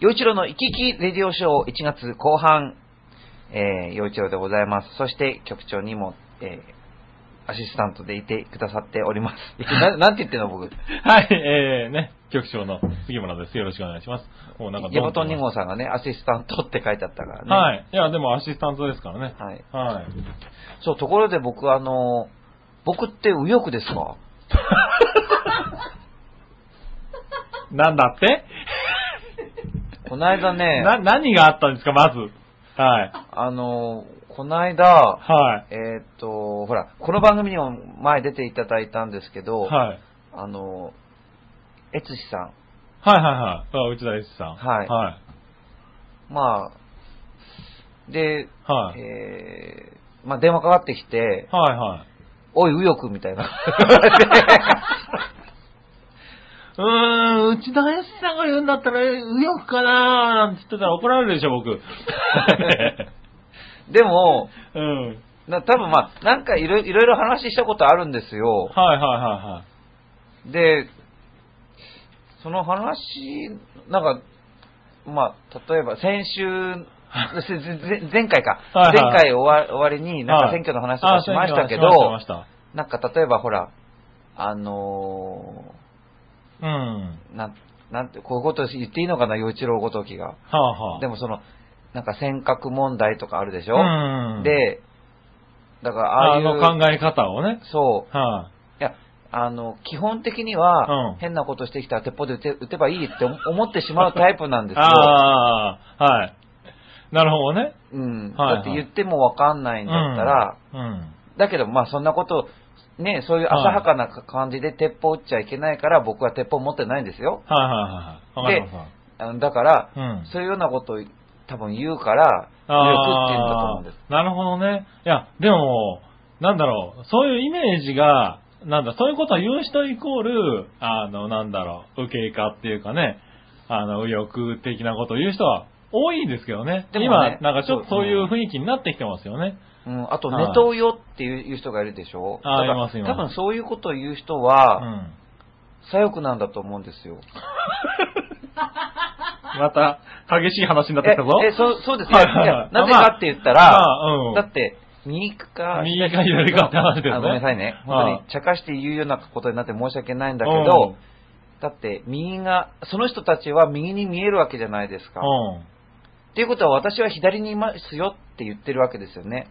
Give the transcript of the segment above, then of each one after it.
洋一郎の生き生きレディオショー1月後半、えー、洋一郎でございます。そして局長にも、えー、アシスタントでいてくださっております。 えななんて言ってんの僕。 はい、えー、ね、局長の杉村です。よろしくお願いします。もうなんかヤマトどんど2ん号さんがね、アシスタントって書いてあったからね。はい。いや、でもアシスタントですからね。はい はい。そう、ところで僕、あの、僕って右翼ですかなんだってこの間 ね、な、何があったんですか、まず。はい。あの、この間、はえーっと、ほら、この番組にも前出ていただいたんですけい。ど、はい。あの、えつしさはいはいはい。あ、内田一さん。はいはん、まあ、で、い。はい。えー、まあ電話かかってきて、はいはい。おい、右翼みた いな。うーん、内田一さんが言うんだったら、右翼かなーなんて言ってたら怒られるでしょ、 僕。でも、うん。な多分まあ、なんかいろいろいろいろ話したことあるんですよ。はいはいはいはい。で、その話、なんか、まあ、例えば先 週、せぜぜ前回か、はいはい前回終わ終わりに、なんか選挙の話とかしましたけど、はいあ選挙の話しましたしましなんか例えばほら、あのたうん。ーなん、なんて、こういうこと言っていいのかな、洋一郎ごときが。はあはあ。でもその、なんか尖閣問題とかあるでしょ、うん。、で、だからあああいう、の考え方をね。そう、はいや、あの、基本的にうはん、変なことしてきたら鉄砲で撃て撃てばいいって思思ってしまうタイプなんでい。すよ。ああ、はい。なるほどね。うん。はいだって言ってもわかんないんだったら、うん。だけどまあそんなこと、ね、そういう浅はかな感じで鉄砲撃っちゃいけないから僕は鉄砲持ってないんですよ。はいはいはいはい。わかりまあのだから、すうん。そういうようなことを多分言うから、右翼って言うんだと思うんです。あーなるほどね。いや、でも、なんだろう、そういうイメージが、なんだ、そういうことを言う人イコール、あの、なんだろう、受け入かっていうかね、あの、右翼的なことを言う人は多いんですけどね。でもね今、なんかちょっとそういうそ雰囲気になってきてますよね。うん、あと、はいネトウヨっていういう人がいるでしょあーだからいますいます多分そういうことを言う人うは、ん。左翼なんだと思うんですよ。また、激しい話になってきたぞ。え、えそう、そうですよ。はいはいいやはいなぜまあかって言ったまら、あうんだって、右行くか、右か左かって話ですねあごめんなさいね。はい本当に、茶化して言うようなことになって申し訳ないんだけうんど、だって、右が、その人たちは右に見えるわけじゃないですか。うん。っていうことは、私は左にいますよって言ってるわけですよね。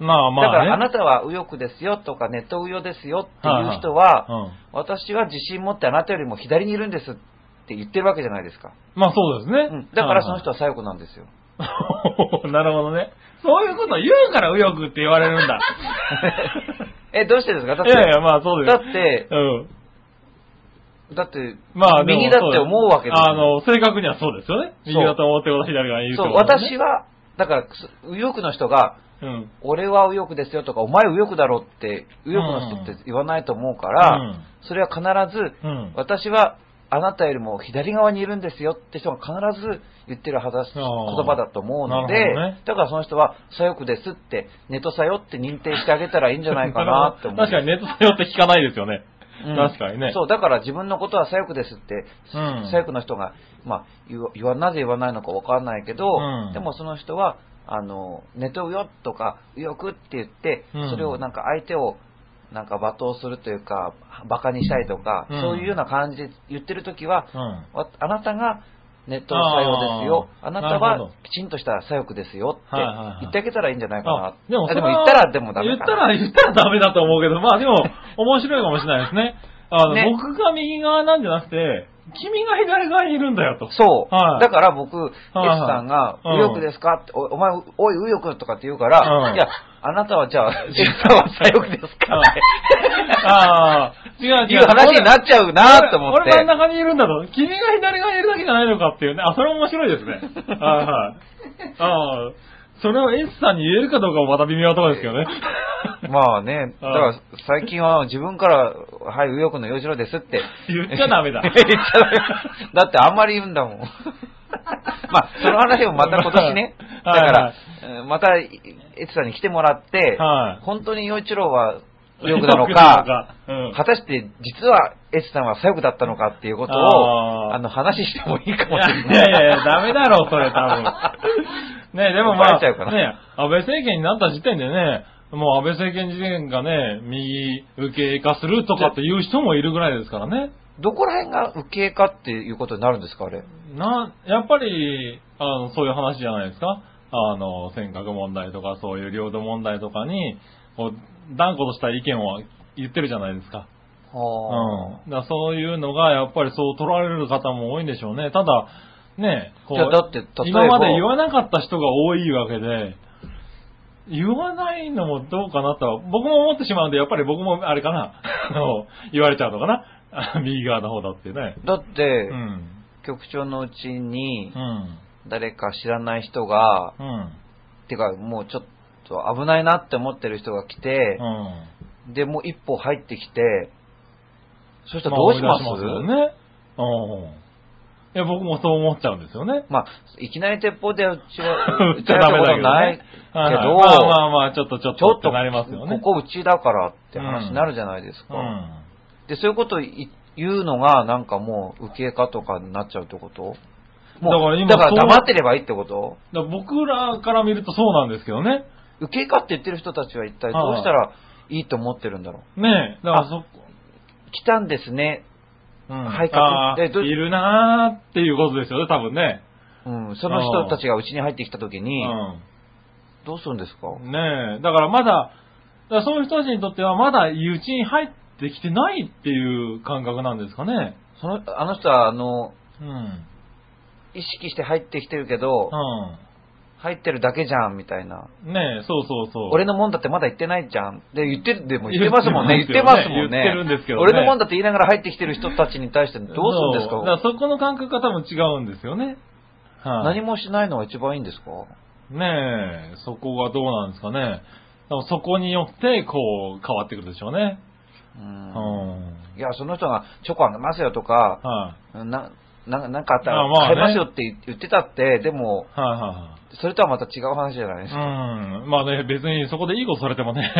まあまあ、ね。だから、あなたは右翼ですよとか、ネット右翼ですよっていう人は、うん。私は自信持ってあなたよりも左にいるんですって言ってるわけじゃないですか。まあそうですね。うん、だから、その人は左翼なんですよ。はいはい なるほどね。そういうこと言うから右翼って言われるんだ。え、どうしてです かだっいて、やいや、まあそうです。だってうん。だって、まあでも右だって思うわけですよあの、正確にはそうですよね。そう右だと思ってことは左が言うってそこう、とだね私は、だから、す右翼の人が、うん。俺は右翼ですよとか、お前右翼だろって、右翼の人って言わないと思うから、うんそれは必ず、うん私はあなたよりも左側にいるんですよって人が必ず言ってるはだし言あー葉だと思うのなで、るほどねだからその人は左翼ですって、ネト左翼って認定してあげたらいいんじゃないかなって思う。 確かにネット用って聞かないですよね。うん確かにね。そう、だから自分のことは左翼ですって、うん左翼の人が、まあ、言わ言わ、なぜ言わないのかわかんないけど、うんでもその人は、あの、寝てよとか、右翼って言って、うんそれをなんか相手を、なんか罵倒するというか、馬鹿にしたいとか、うんそういうような感じで言ってるときは、うん。わあなたが、ネットの左翼ですよ。あーあなたなるほはどきちんとした左翼ですよってはいはいはい言ってあげたらいいんじゃないかなあ。でもあそれは言ったらでもダメ言っかたな。ら、言ったらダメだと思うけど、ま あでも、面白いかもしれないですね。あの、ね僕が右側なんじゃなくて、君が左側にいるんだよと。そう。はいだから僕、S いはいさんが、うん右翼ですかって、おお前、おい、右翼とかって言うから、うんいや、あなたはじゃ あ、S さんは左翼ですかってああ、違う違う。 いう話になっちゃうなと思っ俺俺真んて。中にいるんだと。君が左側にいるだけじゃないのかっていうね。あ、それも面白いですね。はいはい。ああ、それを S さんに言えるかどうかもまた微妙なところですけどね。 まあね、だかうらん最近は自分から、はい、右翼の洋次郎ですって。言っちゃダメだ 言っちゃダメだってあんまり言うんだ もん。まあ、その話もまた今年ね。だはいから、えーまた、エツさんに来てもらって、はい本当に洋一郎は、右翼なのか、 右翼なのかうん果たして実は S さんは左翼だったのかっていうことを、あーあの、話してもいいかいもしやれいない。やいや、ダメだろう、それ多 分。ねえでもまバレちゃうかあ、なねえ安倍政権になった時点でね、もう安倍政権時点がね、右受け化するとかっていう人もいるぐらいですからね。どこら辺が受けかっていうことになるんですか、あれ。な、やっぱり、あの、そういう話じゃないですか。あの、尖閣問題とか、そういう領土問題とかに、こう、断固とした意見を言ってるじゃないですか。はうん。だからそういうのが、やっぱりそう取られる方も多いんでしょうね。ただ、ね、こいやだって例えば今まで言わなかった人が多いわけで、言わないのもどうかなとは、僕も思ってしまうんで、やっぱり僕もあれかな、あの、言われちゃうのかな、 右側の方だってね。だって、うん。局長のうちにう、ん。誰か知らない人が、うん。てかもうちょっと危ないなって思ってる人が来て、うん。で、もう一歩入ってきて、そしたらどうします,、ままあ追い出よね。うん。いや、僕もそう思っちゃうんですよ ね。あ、いきなり鉄砲でうちは、打撃っちちゃゃダダメだメけどだけど、ね。ない はいけはいどまあまあ まあ、ちょっとちょっちょとっってと、なりますよね。ここうちだからって話になるじゃないですか。うん。で、そういうことい言うのが、なんかもう、受け化とかになっちゃうってこともう、だだかからら今そう黙ってればいいってことだから僕らから見るとそうなんですけどね。受け化って言ってる人たちは一体どうしたらいいと思ってるんだろうねえ、だからそこ、来たんですね。うんはいあーえどういるなーっていうことですよね、多分ね。うん、その人たちがうちに入ってきた時に、どうするんですかうん。ねえ、だからまだ、だからそういう人たちにとってはまだうちに入ってきてないっていう感覚なんですかね。その、あの人は、あの、うん。うん。意識して入ってきてるけど、入ってるだけじゃん、みたいな。ねえ、そうそうそう。俺のもんだってまだ言ってないじゃん。で、言ってる、でも言ってますもんね。言言っっててまますすもよんねね。言ってるんですけどね俺のもんだって言いながら入ってきてる人たちに対してどうするんですそかうだからそこの感覚が多分違うんですよね。はい何もしないのが一番いいんですかねえ、そこがどうなんですかね。でもそこによって、こう、変わってくるでしょうね。ううんん。。いや、その人がチョコあげますよとか、はい、な、ななんかあったあらまあ買いねますよって言ってたって、でも、はい、はそれとはまた違う話じゃないでい、すか。はい。うん。まあね、別にそこでいいことされてもね、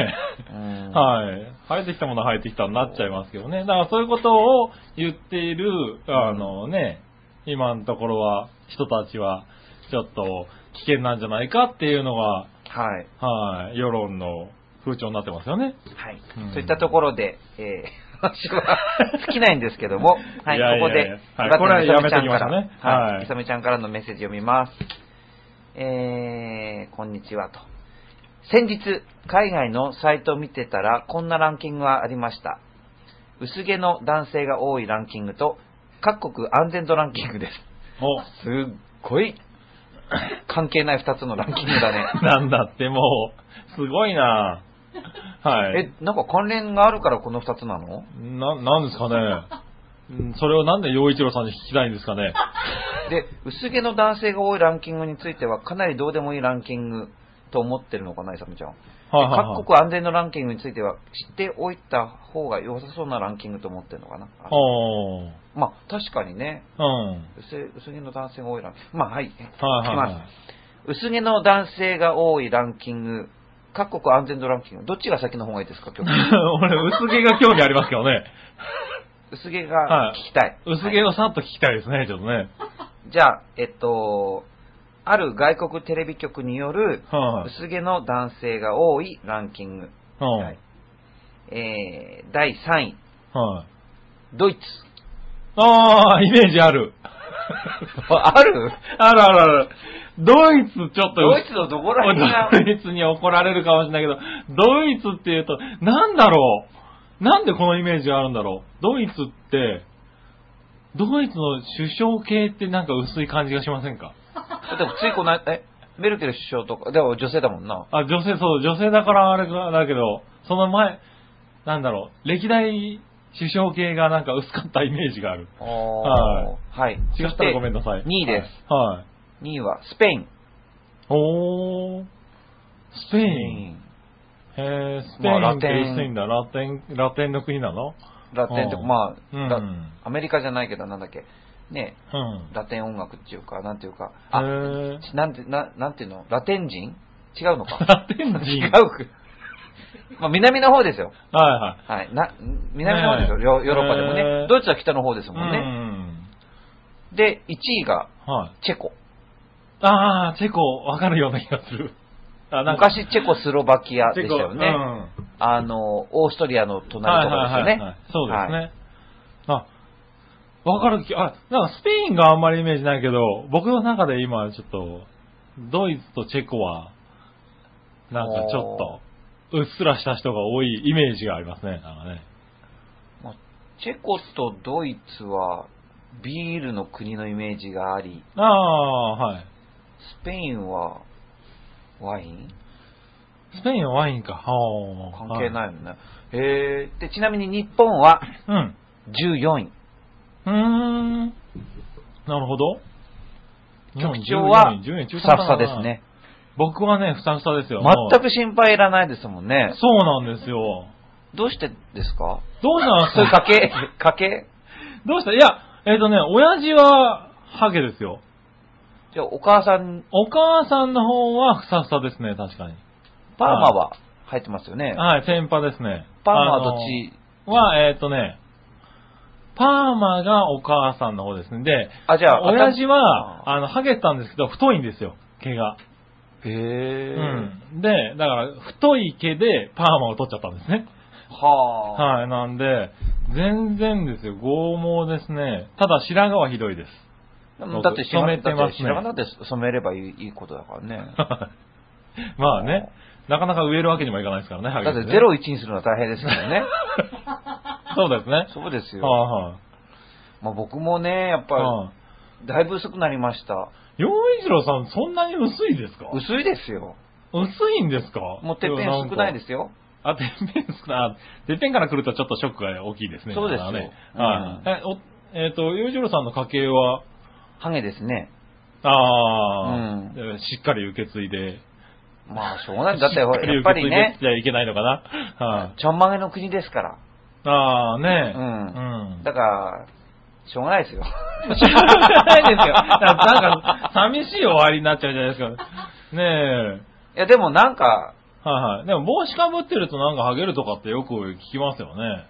うんはい。生えてきたものは生えてきたになっちゃいますけどね。だからそういうことを言っている、あのね、今のところは、人たちは、ちょっと危険なんじゃないかっていうのが、はい。はい、世論の風潮になってますよね。はい。うんといったところで、えー、 話は尽きないんですけど も、はい、いやいやいここやで、はい岩手のこれはやめいさとちゃんきかましらょうねは。はいいいさみちゃんからのメッセージ読みます。えー、こんにちはと。先日、海外のサイトを見てたら、こんなランキングがありました。薄毛の男性が多いランキングと、各国安全度ランキングです。お、すっご い、関係ない2つのランキングだね。なんだってもう、すごいなはい。え、なんか関連があるからこの2つなのな、なんですかね。うんそれをなんで陽一郎さんに聞きたいんですかね。で、薄毛の男性が多いランキングについては、かなりどうでもいいランキングと思ってるのかな、イサムちゃん。はいはいは各い。国安全のランキングについては、知っておいた方が良さそうなランキングと思ってるのかな。あおーまあ、確かにね、うん。薄薄毛の男性が多いランキング。まあ、はい。はいはい、は聞きます。薄毛の男性が多いランキング、各国安全度ランキング、どっちが先の方がいいです か、今日。い。俺、薄毛が興味ありますけどね。薄毛が聞きたい。薄毛をさっと聞きたいですね、ちょっとね。じゃあ、えっと、ある外国テレビ局による、はい、薄毛の男性が多いランキング。うんはいえー、第3位、はい。ドイツ。あー、イメージある。ああるあるあるある。ドイツちょっと、ドイツのどこら辺が、 ドイツに怒られるかもしれないけど、ドイツっていうと、なんだろうなんでこのイメージがあるんだろうドイツって、ドイツの首相系ってなんか薄い感じがしませんかでもついこの間、え、メルケル首相とか、でも女性だもんな。あ、女性、そう、女性だからあれがだけど、その前、なんだろう、歴代首相系がなんか薄かったイメージがある。あーははい。違ったらごめんなさい。 2位です。はい。 2位はスペイン。おー、スペイン。へー、スペイまあンラっテてン薄いんだ。ラテン、ラテンの国なのラテンって、うんまあ、うんラアメリカじゃないけど、なんだっけ。ね、うん。ラテン音楽っていうか、なんていうか、あ、あ、 なんて、ななんていうのラテン人違うのか。ラテン人違うく。まあ、南の方ですよ。はいはい。はい。な、南の方ですよ。ヨヨーロッパでもへね。ードイツは北の方ですうもんね。ん。で、1位がはい。チェコ。ああ、チェコ、わかるような気がする。あ、なんか、昔チェコスロバキアチでしェコ、たうよん。ね。あの、オーストリアの隣とかですよね。そうですね。はあ、わかる気、あ、なんかスペインがあんまりイメージないけど、僕の中で今ちょっと、ドイツとチェコは、なんかちょっと、うっすらした人が多いイメージがありますね、なんかね。チェコとドイツはビールの国のイメージがあり、ああ、はい。スペインはワインスペインはワインか。はあ関係い。ないもんね。へえ。で、ちなみに日本はうん。 14位。うーん。なるほど。局長は日本14位ふさふさです。 14位中3だなね。僕はね、ふさふさですよ。全く。く心配いらないですもんね。そうなんですよ。どうしてですかどうしたんですそういうか家系家系どうしたいや、えっ、とね、親父は、ハゲですよ。じゃあお母さん、お母さんの方は、ふさふさですね、確かに。パーマは入ってますよね。はい、天パですね。パーマはどっあのちは、えっ、とね、パーマがお母さんの方ですね。で、あ、じゃあ、親父は、ああの、ハゲたんですけど、太いんですよ、毛が。へうえ。ん。で、だから、太い毛でパーマを取っちゃったんですね。はあ。はい、なんで、全然ですよ、剛毛ですね。ただ、白髪はひどいです。だって染めてだっますねて白髪なんて染めればいいいいことだから ね。まあね、なかなか植えるわけにもいかないですからね、ハゲだてっねてゼロを1にするのは大変ですから ね。そうですね。そうですよ。はいはい。まあ、僕もね、やっぱはいり、だいぶ薄くなりました。洋一郎さん、そんなに薄いですか薄いですよ。薄いんですか。もうてっぺん少ないですすよ。あ、てっぺん少ない。あてっぺんから来るとちょっとショックが大きいですね。そうですよだからね。はい。え、おえっと、洋一郎さんの家系は、ハゲですね。ああ、うしっかり受け継いで、まあ、しょうがない。 だって、ほらやっ受ぱけ継りいでね、じゃいけないのかな。はい。ちょんまげの国ですから。ああ、ねうんうんだから、しょうがないです よ。しょうがないですよ。だからなんか、寂しい終わりになっちゃうじゃないですか。ねいや、でもなんか、え。はいはい。でも帽子かぶってるとなんかハゲるとかってよく聞きますよね。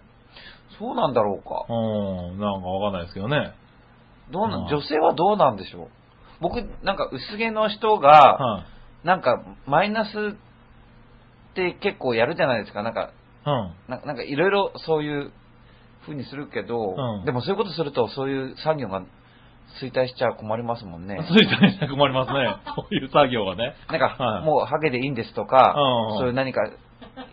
そうなんだろうか。うん、なんかわかんないですけどね。どうな、うんん女性はどうなんでしょう。僕、なんか薄毛の人が、はい。なんか、マイナスって結構やるじゃないですか。なんか、うん。ななんかいろいろそういう風にするけど、うんでもそういうことするとそういう産業が衰退しちゃ困りますもんね。そういったに困りますね。こういう作業がね。なんか、はいもうハゲでいいんですとか、うんそういう何か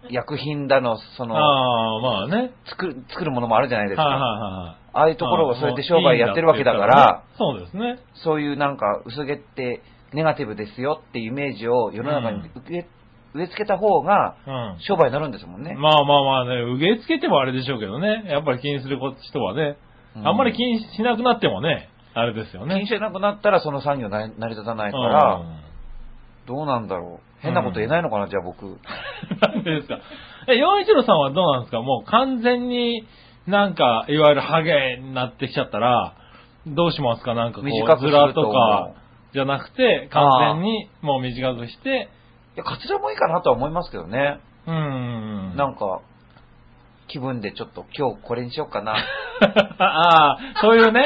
薬品だの、その、ああ、まあね。はい作る、作るものもあるじゃないですか。はいはいはい。ああいうところをそれで商売やってるわけだから、うんいいんだって言ったらねそうですね。そういうなんか薄毛ってネガティブですよっていうイメージを世の中に受け、植え付けた方がうん。商売になるんですもんね。まあまあまあね、植え付けてもあれでしょうけどね。やっぱり気にする人はね、うんあんまり気にしなくなってもね、あれですよね。禁止なくなったらその産業な成り立たないかうら、んどうなんだろう。変なこと言えないのかな、じゃあ僕。なんでですか。え、洋一郎さんはどうなんですかもう完全になんか、いわゆるハゲになってきちゃったら、どうしますかなんかこう、短くすずるとらとかもうじゃなくて、完全にもう短くして、いや、カツラもいいかなとは思いますけどね。うーん。なんか、気分でちょっと今日これにしようかな。 ああ、そういうね、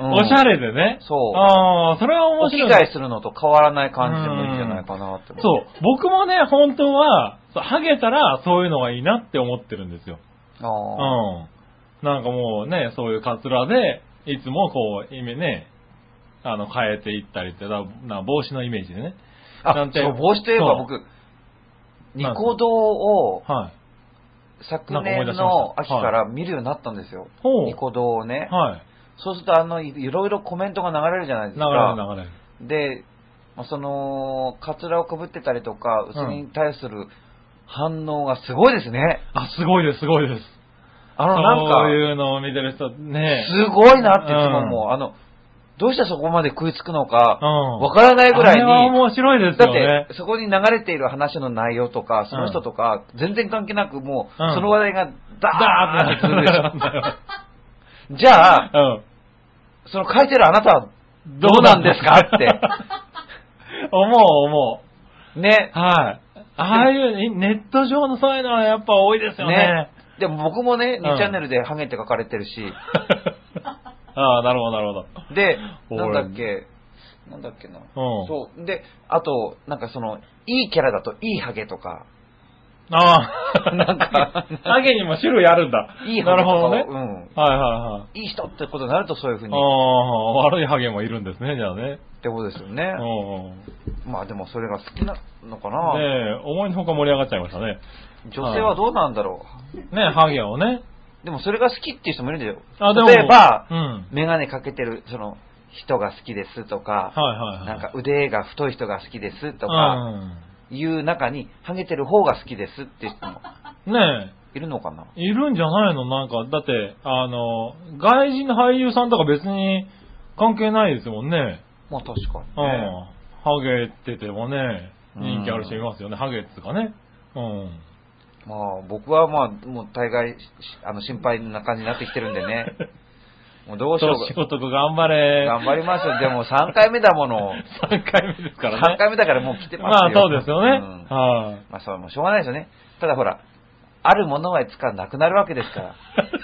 うんおしゃれでね。そうああ、それはお面着白い。替えするのと変わらない感じでもいいんじゃないかなって思って。そう、僕もね、本当は、そうハゲたらそういうのがいいなって思ってるんですよ。ああうん。なんかもうね、そういうカツラで、いつもこう、イメね、あの、変えていったりって、だな帽子のイメージでね。なあん、てそう、帽子といえばそう僕、ニコ動をは昨なんか思い出年しましのた秋から見るようになったんですよ。ほうニコ動をねい。。はい。そうすると、あの、いいろいろコメントが流れるじゃないです流れるか。流れる。で、まあその、カツラをかぶってたりとか、薄毛に対する反応がすごいですね。あ、すごいです、すごいです。あの、なんか、そういうのを見てる人、ね。すごいなっていつもうんもう、あの、どうしてそこまで食いつくのかうん、わからないぐらいあれはに、面白いですだよっね。て、そこに流れている話の内容とか、その人とか、全然関係なく、もう、うんその話題がダーダってーくるでってなるしょ。じゃあ、うん。その書いてるあなたはどうなんですかって、思う思ねう。、はい。ああいうネット上のそういうのはやっぱ多いですよね。でも僕もね、うん2チャンネルでハゲって書かれてるし、 ああ、なるほど、なるほど。で、おいなんだっけ、なんだっけな。うんそう。で、あと、なんかその、いいキャラだといいハゲとか、あ あ、なんか影にも種類あるんだ。いいハゲなとるかほを、どね。はいうん。はいはい。いい人ってことになるとそういうふうにああ、悪いハゲもいるんですね、じゃあね。ってことですよねう。んうん。ねまあでもそれが好きなのかな。え、思いのほか盛り上がっちゃいましたね。女性はどうなんだろねえ、ハゲをね。う。でもそれが好きっていう人もいるんだよ。あ、でも。例えば、うん。メガネかけてる、その、人が好きですとか、はいはいはい。なんか腕が太い人が好きですとか、ういう中に、ハゲてる方が好きですっていう人もん。ねいるのかな。え、いるんじゃないのなんか、だって、あの、外人の俳優さんとか別に関係ないですもんね。まあ確かうにん。ね。ハゲっててもね、人気ある人うんいますよね。ハゲっつうかね。うん。まあ僕はまあ、もう大概し、あの、心配な感じになってきてるんで ね。もうどうしよ年う男頑張れ。頑張りますよ。でも3回目だもの。 3回目です からね。 3回目だからもう来てますまあよ。そうですよね。うんはい、まあそれもしょうがないですよね。ただほら、あるものはいつかなくなるわけですから。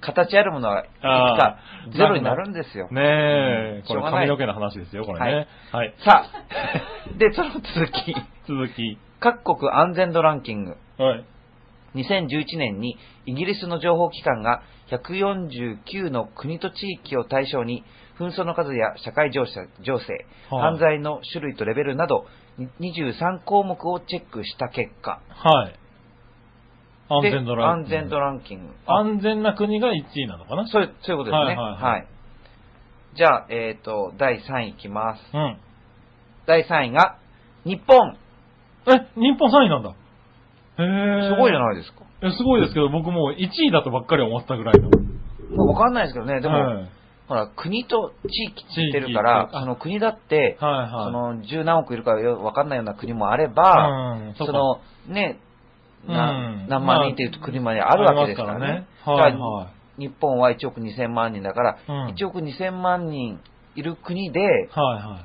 形あるものはいつかあーゼロになるんですよ。ねえ、うんこしょうれがない髪の毛の話ですよ、これね。はい。さあ、 で、その続き、続き。各国安全度ランキング。はい。 2011年にイギリスの情報機関が149の国と地域を対象に紛争の数や社会情勢、情勢はい犯罪の種類とレベルなど23項目をチェックした結果はい。安で全ドランキン安グ。全度ランキングあ安全な国が1位なのかなそういうそういうことですね。ははいいはいはいじゃあ、えっ、と、第3位いきます。うん。第3位が、日本え、日本3位なんだ。へえ。すごいじゃいないですか。すごいですけど、僕もう1位だとばっかり思ってたぐらいの。まあわかんないですけどね、でも、はい、ほら、国と地域って言ってるから地、域その国だって、はいはい。その十何億いるかよわかんないような国もあれば、うん、そそうかのね、なうん何万人っていう国まであるわけですからね。ありますからだねはいはいから日本は1億2000万人だから、うん1億2000万人いる国で、はいはい。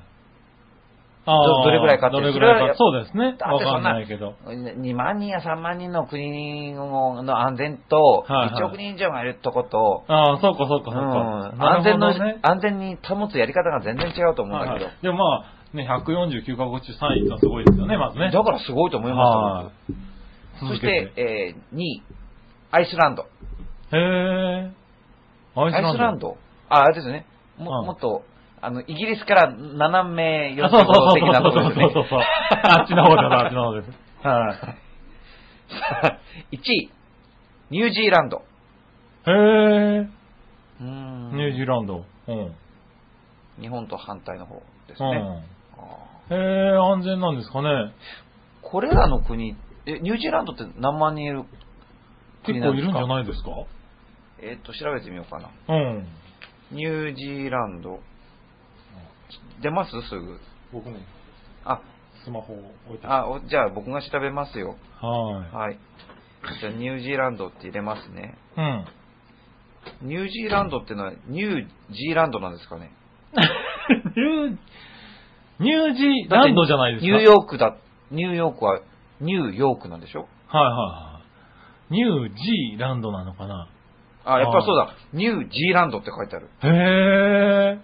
どどれぐらいかってどれぐらいか。そそうですね。だっわてかそんんなないけど。 2万人や3万人の国の安全と、はいはい1億人以上がいるとこと、ああ、そうかそうかそううんか。安全の、なるほどね安全に保つやり方が全然違うと思うんだけど、はいはいでもまあ、ね、149カ国中3位ってすごいですよね、まずね。だからすごいと思いまはすた、い僕そ続しけて、えー、2位、アイスランド。へえ。アアイスランド。イスランドあ、あれですね。もうんもっと、あの、イギリスから斜めあそう4そ度的なところうですそうそうそうそうね。そう。あっちの方です、あっちの方です。はい。 1位、ニュージーランド。へえ。うーんニュージーランド。うん。日本と反対の方ですうね。ん。あへえ、安全なんですかね。ーこれらの国、え、ニュージーランドって何万人いる国結な構んですいるんじかゃないですかえっと、調べてみようかな。うん。ニュージーランド。出ますすぐ。僕ね、あ、スマホを置いあ、おじゃあ僕が調べますよ。はい。はい。じゃあニュージーランドって入れますね。 うん。ニュージーランドってのはニュージーランドなんですかねニュー、ニュージーランドじゃないですか。ニューヨークだ、ニューヨークはニューヨークなんでしょはいはいはい。ニュージーランドなのかなあ、やっぱりそうだ。ニュージーランドって書いてある。へえ。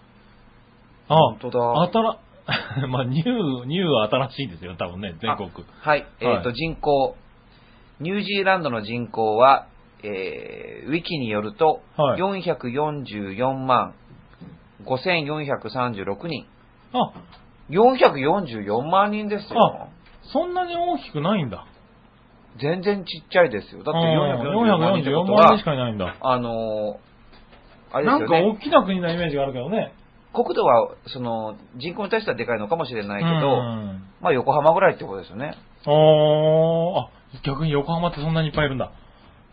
あ、本当だあたら、 まあ、ニュー、ニューは新しいですよ、多分ね、全国。はい。えっ、と、はい人口。ニュージーランドの人口は、えー、ウィキによると、はい444万5436人。あ、 444万人ですよあ。そんなに大きくないんだ。全然ちっちゃいですよ。だって444万人ってこ444と万人は、しかいないんだ。あのーあれでなすんよかね。大きな国なイメージがあるけどね。国土は、その、人口に対してはでかいのかもしれないけど、うんまあ横浜ぐらいってことですよね。おー、あ、逆に横浜ってそんなにいっぱいいるんだ。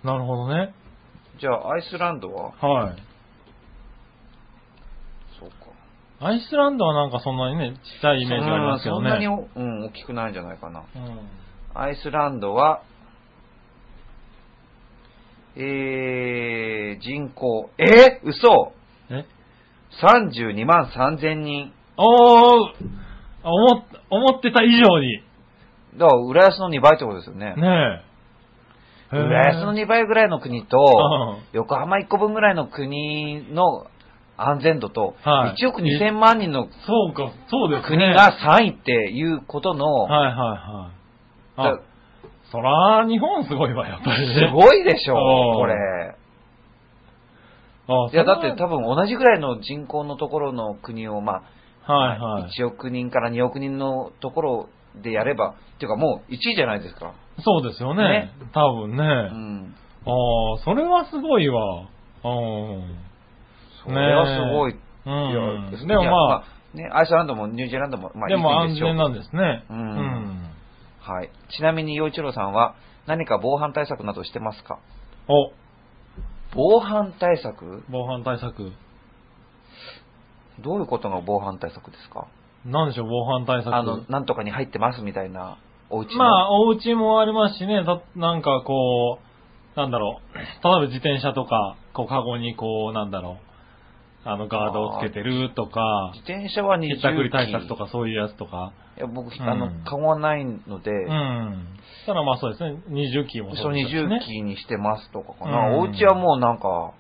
なるほどね。じゃあ、アイスランドははい。そうか。アイスランドはなんかそんなにね、ちっちゃいイメージがありますけどね。そんなに、うん、大きくないんじゃないかな。うんアイスランドは、えー、人口、えー、嘘え !32 万3000人。おー、思っ思ってた以上に。だから、浦安の2倍ってことですよね。ねえ。へえ浦安の2倍ぐらいの国と、横浜1個分ぐらいの国の安全度と、はい1億2000万人のそうか、そうですね。国が3位っていうことの、はいはいはい。あだ、そら、日本すごいわ、やっぱりね。すごいでしょ、うんこれ。あいや、だそらって多分同じぐらいの人口のところの国を、まあ、はいはい。 1億人から2億人のところでやれば、っていうかもう1位じゃないですか。そうですよねね。多分ね。うあん。あ、それはすごいわ。うん。それはすごい。いうん。やでもいやあ、まね、アイスランドもニュージーランドも、まあ、あ、でもいい安国でしょう全なんですね。ううんん。はい。ちなみに、陽一郎さんは何か防犯対策などしてますかお、防犯対策防犯対策。どういうことが防犯対策ですかなんでしょう、防犯対策。あの、なんとかに入ってますみたいなお家の。まあ、お家もありますしね、だなんかこう、なんだろう、例 えば自転車とか、こう、カゴにこう、なんだろう、あの、ガードをつけてるとか、自転車は二ひ重ったくり対策とか。かそういうやつとか、いや、僕、んあの、カゴはないので、うん。ただまあそうですね、二重キーもそそうう二です重ね。キーにしてますとかかな。うんお家はもうなんか、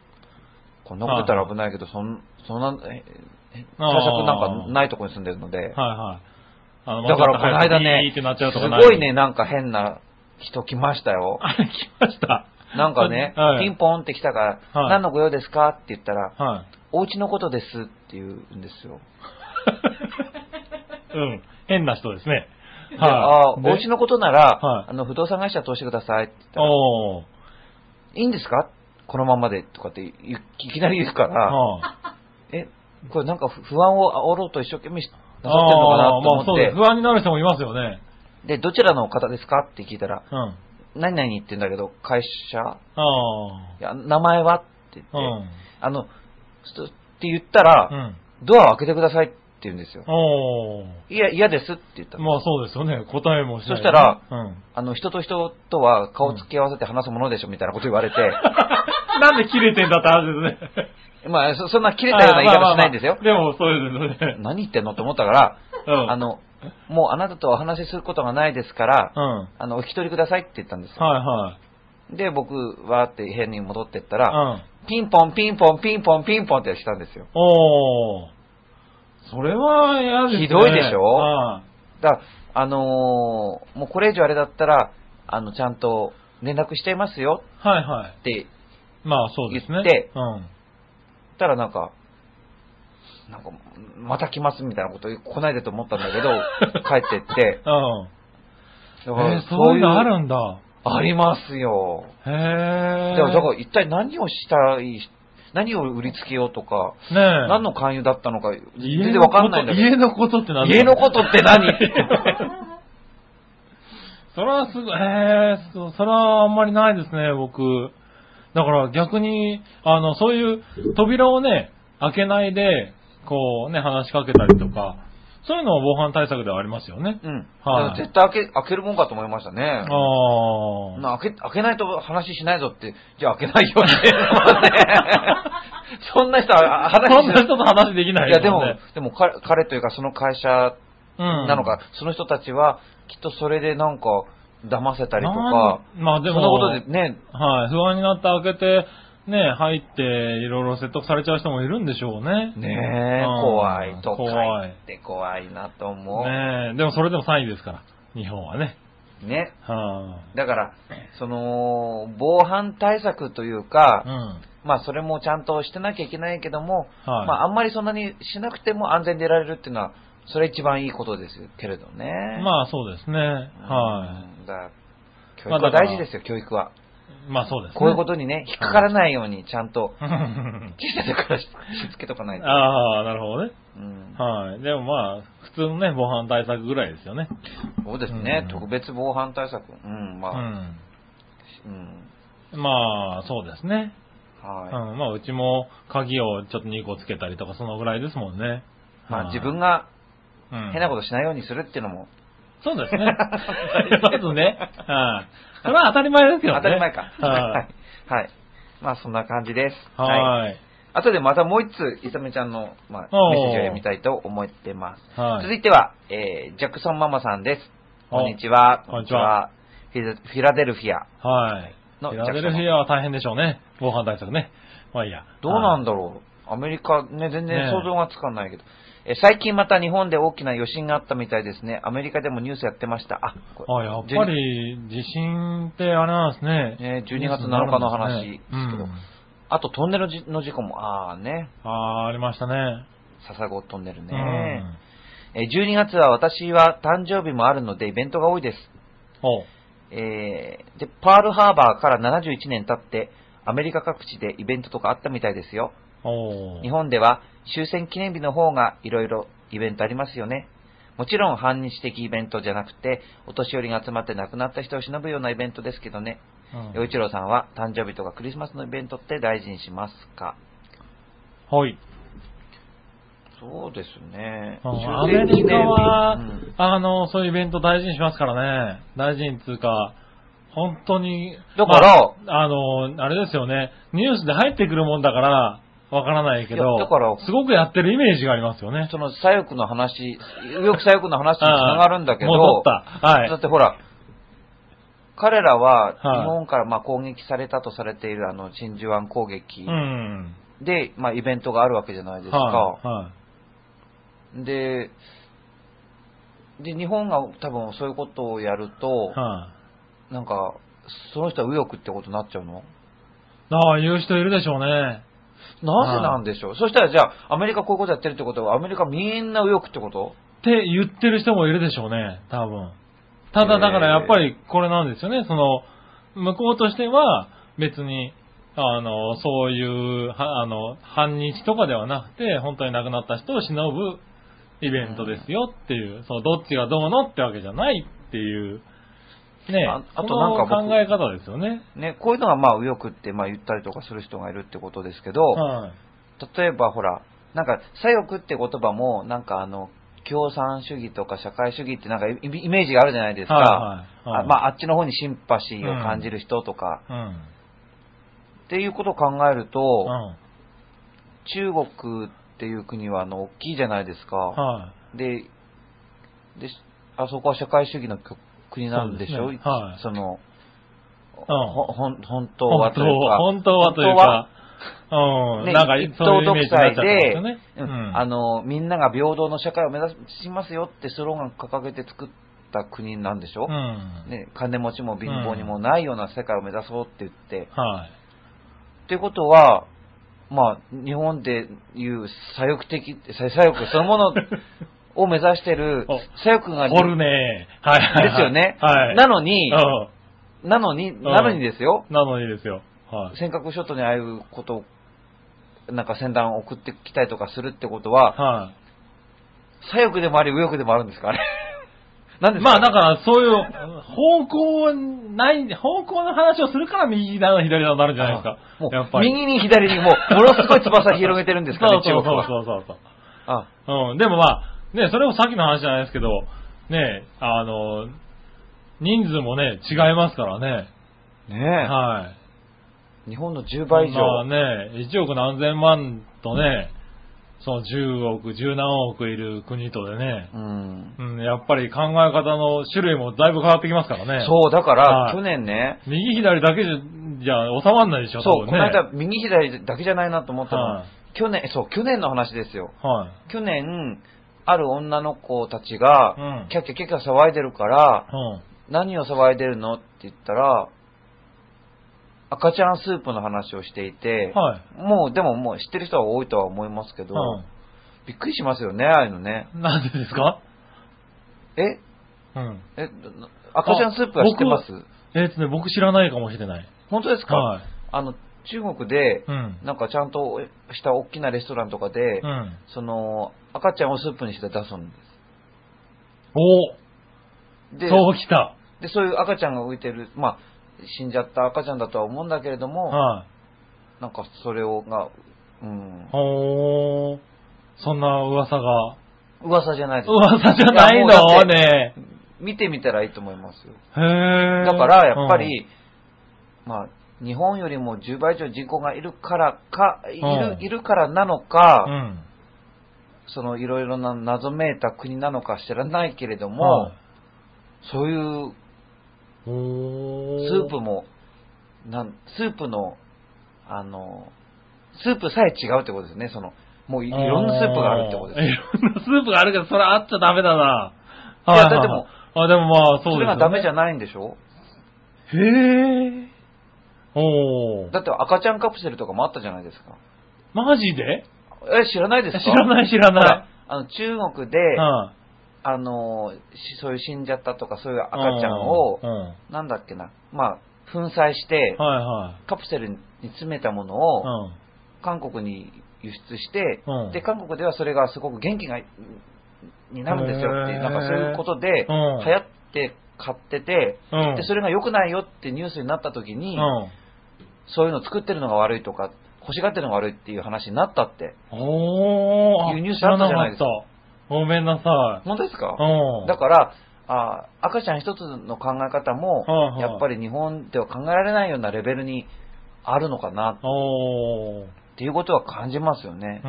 こんなこと言ったら危ないけど、そん、そんな、ええ対策なんかないとこに住んでるので。はいはい。あのだからこの間ピーね、ってなっちゃうとすかごいね、。なんか変な人来ましたよ。あれ、来ました。なんかね、 はいピンポンって来たから、はい何のご用ですかって言ったら、はお家のことですって言うんですよ。い。うん。変な人ですね。でああはい。おで家のことなら、はいあの不動産会社通してくださいって言ったら、おー。いいんですかこのままでとかっていいきなり言うから、はいえ、これなんか不不安を煽ろうと一生懸命しなさってるのかなあとあまあ思そうって、です。不安になる人もいますよね。で、どちらの方ですかって聞いたら、うん。あ何々言ってんだけど、会社あ。いや名前はって言って、うん。あの、ちょっとって言ったら、うん。ドアを開けてくださいって言うんですよ。おー。いや、嫌ですって言ったの。まあそうですよね。答えもしなそい、したら、 うん。あの、人と人とは顔付き合わせて話すものでしょみたいなこと言われて、なんで切れてんだって話ですね。 まあそ、そんな切れたような言い方しないんですよあ。まあまあまあでもそうですよね。何言ってんのと思ったから、うん。あの、もうあなたとお話しすることがないですから、うん。はいあの、お引き取りくださいって言ったんですよ。はい。で、僕はって部屋に戻ってったら、うん。ピンポンピンポンピンポンピンポンってしたんですよ。おー。それは嫌ですね。ひどいでしょはだから、あのーもうこれ以上あれだったら、あの、ちゃんと連絡していますよい。はいはい。ってまあそうですね。言ってうん。言ったらなんか、なんか、また来ますみたいなこと来ないでと思ったんだけ ど、帰ってって、うん。だからえーそういうのあるんだ。ありますよ。へえ。でもだから一体何をしたい、何を売りつけようとか、ねえ。何の勧誘だったのか、全家然のわことかんないんだけど。家のことって何家のことって何 それはすごい、えー、そそれはあんまりないですね、僕。だから逆に、あの、そういう扉をね、開けないで、こうね、話しかけたりとか、そういうのは防犯対策ではありますよね。うん。はいだから絶対開け、開けるもんかと思いましたね。ああ。な開け、開けないと話しないぞって、じゃあ開けないよって。ね そんな人は話そしんな人と話できないいや、よねでも、でも彼、彼というかその会社うんなのか、その人たちは、きっとそれでなんか、騙せたりとか、なんまあでも、そのことでね、はい、不安になって開けて、ね、入って、いろいろ説得されちゃう人もいるんでしょうね。ねえ、うん怖い、都怖会いっ。て怖いなと思う。ねねえ、でもそれでも3位ですから、日本はね。はだから、その、防犯対策というかあ、、うん。まあそれもちゃんとしてなきゃいけないけども、はいまああんまりそんなにしなくても安全でいられるっていうのは、それ一番いいことですけれどね。まあそうですね。うんはだから教まあ育はだか大ら事ですよ、教育は。い。まあそうですね。こういうことにね、引っかからないようにちゃんと、うん小さい時からしつけとかないと。 ああ、なるほどね。うんはい。でもまあ、普通のね、防犯対策ぐらいですよね。そうですね、うん特別防犯対策。うん、うまあ、ん。うん。まあ、そうですね。うん。はい。まあ、うちも鍵をちょっと2個つけたりとか、そのぐらいですもんね。まあ自分がが変変なことしないようにするっていうのも、 そうですね。まずね。はい。それは当たり前ですよね。当たり前か。は。はいはい。まあそんな感じです。い。はい。後でまたもう一つ、いさめちゃんの、まあ、おーメッセージを読みたいと思ってます。はい続いては、えー、ジャクソンママさんです。あこんにちは。こんにちはこんにちは。フィラフィラデルフィア。はい。のフィラデルフィアは大変でしょうね。防犯対策ね。まあいいや。どうなんだだろう。アメリカね、全ね然想像がつかないけど。え最近また日本で大きな余震があったみたいですね。アメリカでもニュースやってました。あ、こあ、やっぱり、地震ってあれなんですね。ね、12月7日の話ですけど、うんあとトンネルじの事故も、ああね、あーありましたね。笹子トンネルね、うんえー12月は私は誕生日もあるのでイベントが多いです。おうえーで、パールハーバーから71年経って、アメリカ各地でイベントとかあったみたいですよ。おう日本では終戦記念日の方がいろいろイベントありますよね。もちろん反日的イベントじゃなくて、お年寄りが集まって亡くなった人を忍ぶようなイベントですけどね。うん洋一郎さんは誕生日とかクリスマスのイベントって大事にしますかはい。そうですね。うんアメリカはうん、あの、そういうイベント大事にしますからね。大事につうか、本当に。だからまあ、あの、あれですよね。ニュースで入ってくるもんだから、わからないけいどやだから、すごくやってるイメージがありますよね。その左翼の話、右翼左翼の話につながるんだけど、あー戻った。はいだ。ってほら、彼らははい日本からまあ攻撃されたとされているあの真珠湾攻撃うん。で、まあイベントがあるわけじゃないですか。はいはいで、で、日本が多分そういうことをやると、はい。なんか、その人は右翼ってことになっちゃうのああ、言う人いるでしょうね。なぜなんでしょうそしたらじゃあ、アメリカこういうことやってるってことは、アメリカみんな右翼ってことって言ってる人もいるでしょうね、多分。ただだからやっぱりこれなんですよね、その、向こうとしては別に、あの、そういう、はあの、反日とかではなくて、本当に亡くなった人を忍ぶイベントですよっていう、そのどっちがどうのってわけじゃないっていう、ね、ああとそのなんか僕考え方ですよね。ね、こういうのがまあ右翼ってまあ言ったりとかする人がいるってことですけど、はい。例えばほら、なんか左翼って言葉も、なんかあの、共産主義とか社会主義ってなんかイイメージがあるじゃないですか。はいはいはいあまあ、あっちの方にシンパシーを感じる人とか、うん。っていうことを考えると、うん。中国っていう国はあの、大きいじゃないですか。はい。で、で、あそこは社会主義の国国なんでしそうょですねはいその、んほほん本当は本と当いうか、は、本当はというか、うん、ね、なんか、一そう党いう独イメージになっ裁ちゃってますで、よね。うんあの、みんなが平等の社会を目指しますよってスローガン掲げて作った国なんでしょ、うん。ね、金持ちも貧乏にもないような世界を目指そうって言って。はい。っていうことは、まあ、日本でいう左翼的、左左翼そのもの を目指してるお、左翼が、おるねはいはいはい。ですよね。はい。なのに、うんなのに、なのにですよ、なのにですよ。はい。尖閣諸島にああいうことを、なんか船団を送ってきたりとかするってことは、は左翼でもあり右翼でもあるんですかね。 なんい。ですまあ、だかから、そういう、方向、ない、方向の話をするから、右だの左だのなるんじゃないですか。もやっうぱり。右に左にもう、ものすごい翼広げてるんですかね、 そ中うそ国うは。そうそうそうそう。あうん、でもまあ、ね、それもさっきの話じゃないですけど、ね、あの、人数もね、違いますからね。ねはい。え。日本の10倍以まあ上。ね、1億何千万とね、その10億、10何億いる国とでね、うん。うん、やっぱり考え方の種類もだいぶ変わってきますからね。そう、だかはら、い去年ね、右左だけじゃ、じゃ収まんないでしそょ、う、多こ分のね。間、右左だけじゃないなと思ったのはいは、去年、そう、去年の話ですよ。はい。去年、ある女の子たちが、うん。キャッキャキャッキャ騒いでるから、うん。何を騒いでるのって言ったら、赤ちゃんスープの話をしていて、はい。もう、でももう知ってる人は多いとは思いますけど、うびっくりしますよね、ああいうのね。ん。なんでですかえうん。え、な赤ちゃんスープは知ってますえっとね、僕知らないかもしれない。本当ですか、はい。あの、中国でう、ん。なんかちゃんとした大きなレストランとかで、うん。その、赤ちゃんをスープにして出すんでおす。で、そうきた。でそういう赤ちゃんが浮いてる、まあ、死んじゃった赤ちゃんだとは思うんだけれども、はい。なんかそれをが、うん、おー。そんな噂が。噂じゃないです。噂じゃないいやもうだのってね見てみたらいいと思いますよ。へーだから、やっぱ、り、まあ、日本よりも10倍以上人口がいるからか、いるう、んいるからなのうか、ん。そのいろいろな謎めいた国なのか知らないけれどはもい、そういうおスープも、なんスープの、あの、スープさえ違うってことですね。その、もういいろんなスープがあるってことですあーね。いろんなスープがあるけど、それあっちゃダメだな。いやだってもう。あ、でもまあ、そうです、ね。それがダメじゃないんでしょへえ。おお。だって赤ちゃんカプセルとかもあったじゃないですか。マジでえ、知らないですか知らない知らほならい。あの、中国で、うん。あの、しそういう死んじゃったとか、そういう赤ちゃんをう、ん。はなんだっけな、まあ、粉砕してい、はカプセルに詰めたものい。うを、ん。韓国に輸出して、うんで、韓国ではそれがすごく元気が、になるんですよっていへう、ーなんかそういうことで、流うん行って買ってて、うん。で、それが良くないよってニュースになった時うにん。、そういうの作ってるのが悪いとか、欲しがってるのが悪いっていう話になったって。おー。いうニュース知らあったなじゃかないっですたか。ごめんなさい。本当ですかうん。だから、あー赤ちゃん一つの考え方もはいは、いやっぱり日本では考えられないようなレベルにあるのかなおー。っていうことは感じますよねう、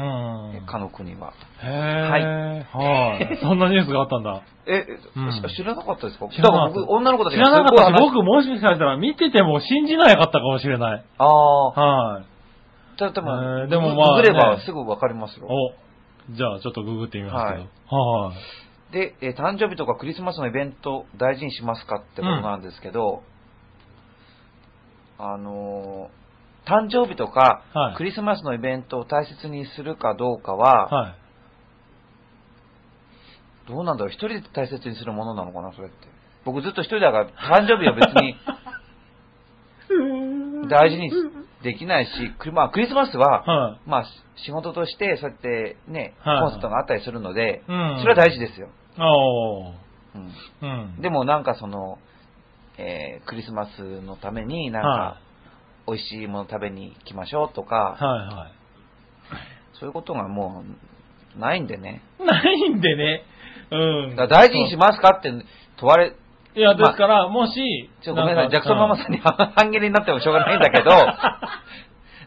ん。えかの国は。へえ。 はい。そんなニュースがあったんだ。え、うん知らなかったですか知らなかだったから僕、女の子た知ちらなかったし、すごい話僕もしかしたら見てても信じなかったかもしれない。ああ、はい。たでえも、ーでもまあググればねすぐわかりますよ。お。じゃあ、ちょっとググってみますけど。はい。で、えー誕生日とかクリスマスのイベント大事にしますかってことなんですけど、あのー誕生日とか、はいクリスマスのイベントを大切にするかどうかは、はい。どうなんだろう、一人で大切にするものなのかな、それって。僕ずっと一人だから、誕生日は別に大事にできないし、クリまあ、クリスマスは、はまあ、し仕事として、そうやってね、はいコンサートがあったりするので、うんそれは大事ですよ。い。おー。うんうん。でもなんかその、えークリスマスのために、なんはか、美味しいもの食べに行きましょうとか、はいはい。そういうことがもう、ないんでね。ないんでね。うん。だから大事にしますかって問われ、いや、ですから、もし、ちょっとごめんなさい、ジャクソンママん。さんに半切れになってもしょうがないんだ けど、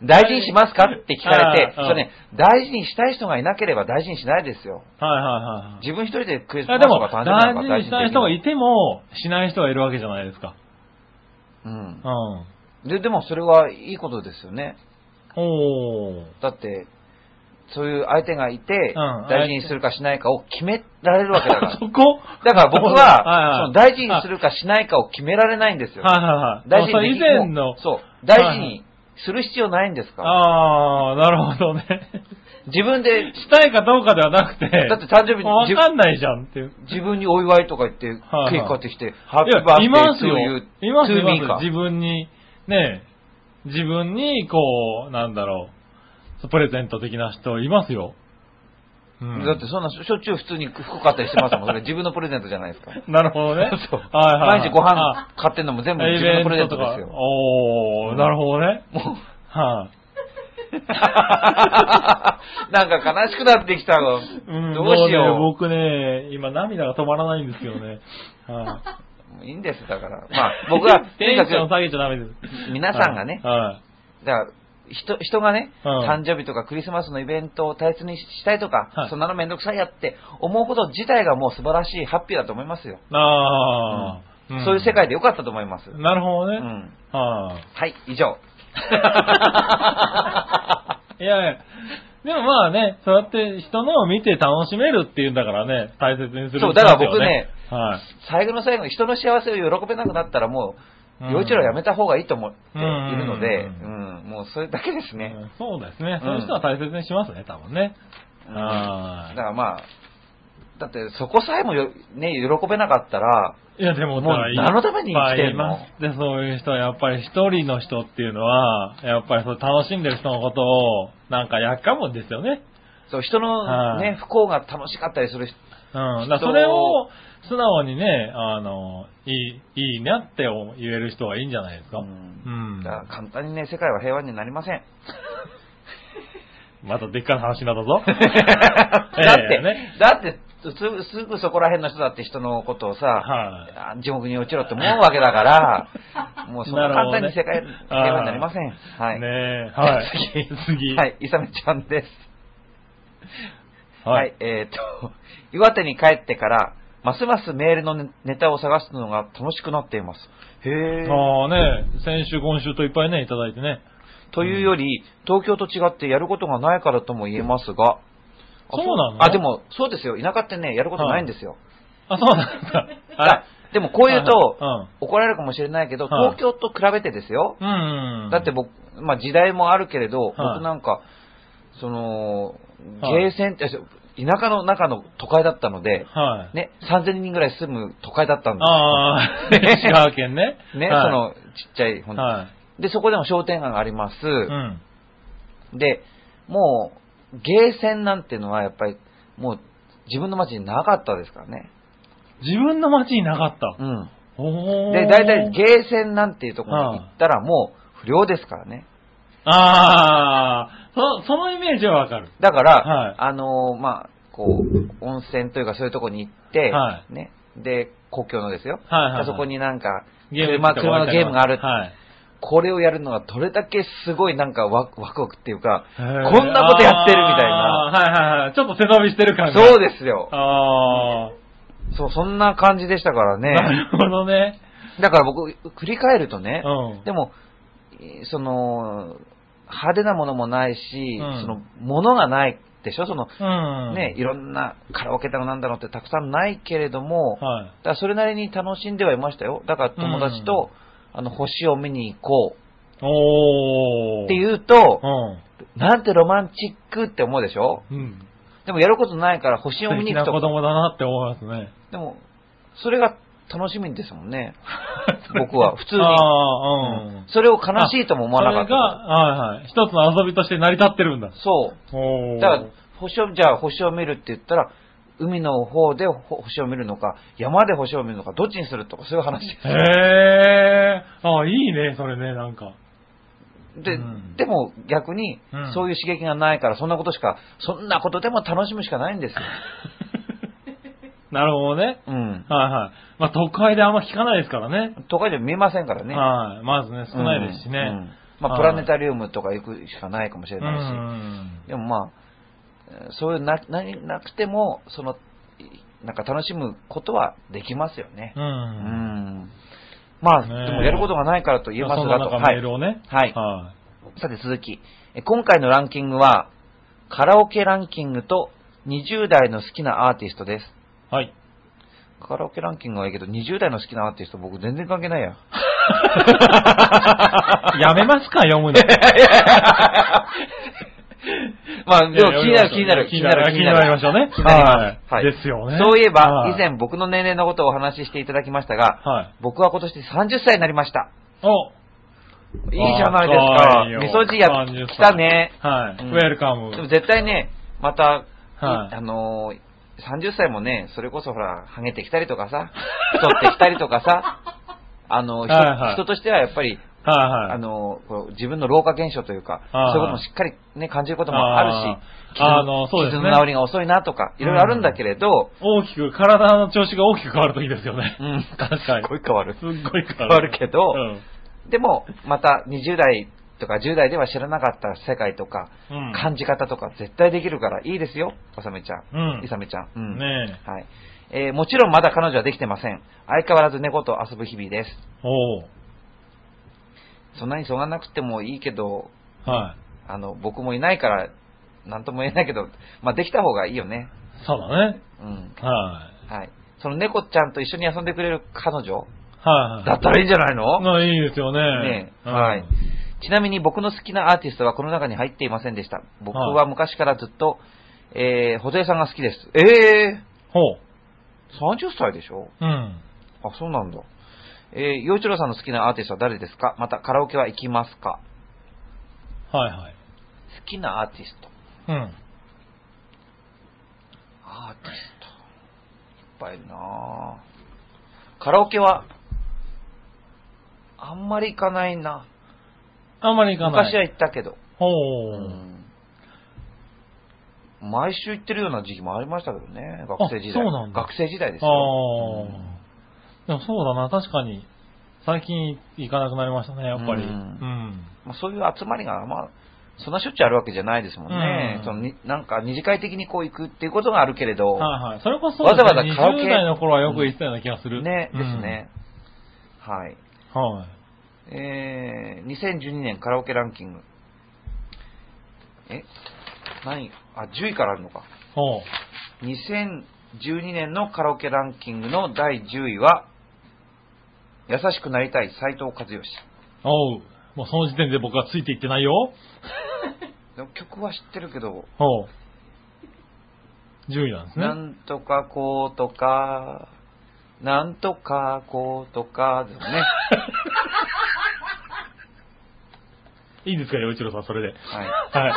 大事にしますかって聞かれて、うんそれね、大事にしたい人がいなければ大事にしないですよ。はいはいはい。自分一人でクリスいやマスでとも、か誕生日な大んか事にしたい人がいても、しない人がいるわけじゃないですか。うんう。ん。で、でもそれはいいことですよね。おー。だって、そういう相手がいて、うん大事にするかしないかを決められるわけだから。 そこだから僕 はいはいは、その大事にするかしないかを決められないんですよ。はいはいはい。大事そうに以前の。そう、大事にする必要ないんですから。ああ、なるほどね。 自分で、したいかどうかではなくて。だって誕生日わじゅかんないじゃんっていう。自分にお祝いとか言って、ケはいーキ買ってきて、ハッピいやーバースデいーます to よ you, いますよ to me いまかすよ。自分に、ねえ自分に、こう、なんだろう、プレゼント的な人いますよ。うんだってそんなしょっちゅう普通に服買ったりしてますもん。それ自分のプレゼントじゃないです か。なるほどね。 そうはいはいはい毎日ごあ飯買ってんのも全部自分のプレゼントでイすベントとかよ。おー、なるほどね。もうはい、 なんか悲しくなってきたの。んどうしもようね、僕ね、今涙が止まらないんですけどね。はう。もういいんです、だから。まあ、 僕は、と テにンかションく、下げちゃダメです。皆さんがね、はい。はいだから、人、人がね、うん誕生日とかクリスマスのイベントを大切にしたいとか、はいそんなのめんどくさいやって思うこと自体がもう素晴らしいハッピーだと思いますよ。ああ、んそういう世。界でよかったと思います。なるほどね。うんはい、はい、以上。 いやいや、でもまあね、そうやって人のを見て楽しめるっていうんだからね、大切にするそうだから僕ね必要です最後の最後に人の幸せを喜べなくなったらもう、うん陽一郎やめた方がいいと思っているので、ううんん、もうそれだけですよね。はい。ね。うんそうですねう。んそういう人は大切にしますね、多分ね。うんはだからまあ、だってそこさえもよ、ね、喜べなかったら、い。いや、でも、もう何のために生きていっんぱのいいます。で、そういう人はやっぱり一人の人っていうのは、やっぱりそう楽しんでる人のことを、なんかやっかむんですよね。そう人の、はいね、不幸が楽しかったりする人うん。だからそれを素直にね、あの、いい、いいなって言える人はいいんじゃないですか。ううんんだから簡単にね、世界は平和になりませ ん。またでっかな話になっ たぞ。だって、ねだってす、すぐそこら辺の人だって人のことをさ、はいあ地獄に落ちろって思うわけだ から、もうそんな簡単に世界、なるほどね平和になりません。はい。ねえ、はい。次。次。はい、いさめちゃんです。ははい い、。えっ、と、岩手に帰ってから、ますますメールのネネタを探すのが楽しくなっています。へえ。ああね、先週今週といっぱいね、いただいてね。というより、東京と違ってやることがないからとも言えますが、あそうなのあ、でも、そうですよ。田舎ってね、やることないんですよ。あ、そうなんだ。あだれでもこういううと、ん。怒られるかもしれないけど、はい東京と比べてですよ。うんうん。だって僕、まあ時代もあるけれど、はい僕なんか、その、はいゲーセンって、田舎の中の都会だったので、はい。ね、3000人ぐらい住む都会だったんであ あ、石川県ね。す。ね、はいそ、の、ちっちゃい、ほんとはい。で、そこでも商店街があります。うん。で、もう、ゲーセンなんてのはやっぱり、もう、自分の街になかったですからね。自分の町になかったう。ん。おーで、大体ゲーセンなんていうところに行ったらもう不良ですからね。ああ、そ、そのイメージはわかる。だから、はいあのーまあ、こう、温泉というかそういうとこに行って、はね。で、故郷のですよ。はいはいはいあそこになんか、ゲーム車、車のゲームがある。はい。これをやるのがどれだけすごいなんかワクワクワクっていうか、ここんなことやってるみたいな。はいはいはい。ちょっと背伸びしてる感じ。そうす。ですよ。あそう、そんな感じでしたからあ、な ね。るほどね。だから僕、振り返るとね、うん。でも、えーその、派手なものもないし、うんその、ものがないでしょその、うん。ね、いろんなカラオケだのなんだのってたくさんないけれども、はい。だからそれなりに楽しんではいましたよ。だから友達と、あの、星を見に行こおうー。っていうとう、ん。なんてロマンチックって思うでしょうん。でもやることないから星を素見敵に行なくと子か、供だなって思いますね。でも、それが楽しみですもんね。僕は、普通 に。ああ、うん。それを悲しいとも思わなかそれが、っはいはい。一つの遊びとして成り立ってるんだた。。そう。おーだから、星を、じゃあ星を見るって言ったら、海の方でほ星を見るのか、山で星を見るのか、どっちにするとか、そういう話。へえ。ああ、いいね、それね、なんか。で、うんでも逆にうん、そういう刺激がないから、そんなことしか、そんなことでも楽しむしかないんですよ。なるほどね。うん。はいはい。まあ、都会であんま聞かないですからね。都会じゃ見えませんからね。はい。まずね、少ないですしね。ううんん。うんまあ、プラネタリウムとか行くしかないかもしれないし。でもまあえー、そういうな、ななくても、その、いなんか楽しむことはできますよね。うん。ううん。んまあ、ねえでもやることがないからと言えますそんがなと。中はメーい。ルをね。はいはさて続き。え今回のランキングは、カラオケランキングと20代の好きなアーティストです。い。はい。カラオケランキングはいいけど、20代の好きなアーティスト僕全然関係ない や。やめますか、 読むの。まあ、でも気になる気いにやないやる気になる気になりましょうね。気になりますは。はいいですよね。そういえば、は以前僕の年齢のことをお話ししていただきましたが、はい。僕は今年で30歳になりました。おいいじゃないですか。味噌汁や30来たね。はい。うんウェルカム。でも絶対ね、また、はいいあのー30歳もね、それこそほら、ハゲてきたりとかさ、太ってきたりとかさ、 あのー人はいはい人としてはやっぱり、はいはあい。のーこう自分の老化現象というか、はいそういうこともしっかり、ね、感じることもあるし、傷あーあのそうですね傷の治りが遅いなとか、いろいろあるんだけれど、大きく、体の調子が大きく変わるといいですよね。うん確かに。すっごい変わるすっごい変変わわるる。けうど、ん。でも、また20代とか10代では知らなかった世界とか、うん感じ方とか絶対できるからいいですよ、おさめちゃん。うんいさめちゃん。うん。ねはい。えーもちろんまだ彼女はできてません。相変わらず猫と遊ぶ日々です。え。おうそんなに急がなくてもいいけど、はあの、僕もいないから、なんとも言えないけど、まあ、できた方がいいよね。い。そうだね。うん。ははい。その猫ちゃんと一緒に遊んでくれる彼女い。はいはい。だったらいいんじゃないのまあいいですよね。ねうんはい。ちなみに僕の好きなアーティストはこの中に入っていませんでした。僕は昔からずっと、えー、ホテイさんが好きです。えほう。ー、30歳でしょうん。あ、そうなんだ。えー、洋一郎さんの好きなアーティストは誰ですかまたカラオケは行きますかはいはい。好きなアーティスト。うん。アーティスト。いっぱいいるなぁカラオケは、あんまり行かないな。あんまり行かない。昔は行ったけど。ほうう。ん毎週行ってるような時期もありましたけどね、学生時代。そうなんだ学生時代ですあよ。あ。でもそうだな、確かに。最近行かなくなりましたね、やっぱり。ううんん。まあ、そういう集まりが、まあ、そんなしょっちゅうあるわけじゃないですもんね。うんそのになんか二次会的にこう行くっていうことがあるけれど、はいはい。それこそ、わざわざカラオケ20代の頃はよく行ってたような気がする。ね、うんです。ね。はい。はい。えー、2012年カラオケランキング。え何あ、10位からあるのか。ほう。 2012年のカラオケランキングの第10位は、優しくなりたい斉藤和義。おう。もうその時点で僕はついていってないよ。でも曲は知ってるけど、ほう。10位なんですね。なんとかこうとか、なんとかこうとか ですね。いいですか、洋一郎さん、それで。はい。はい。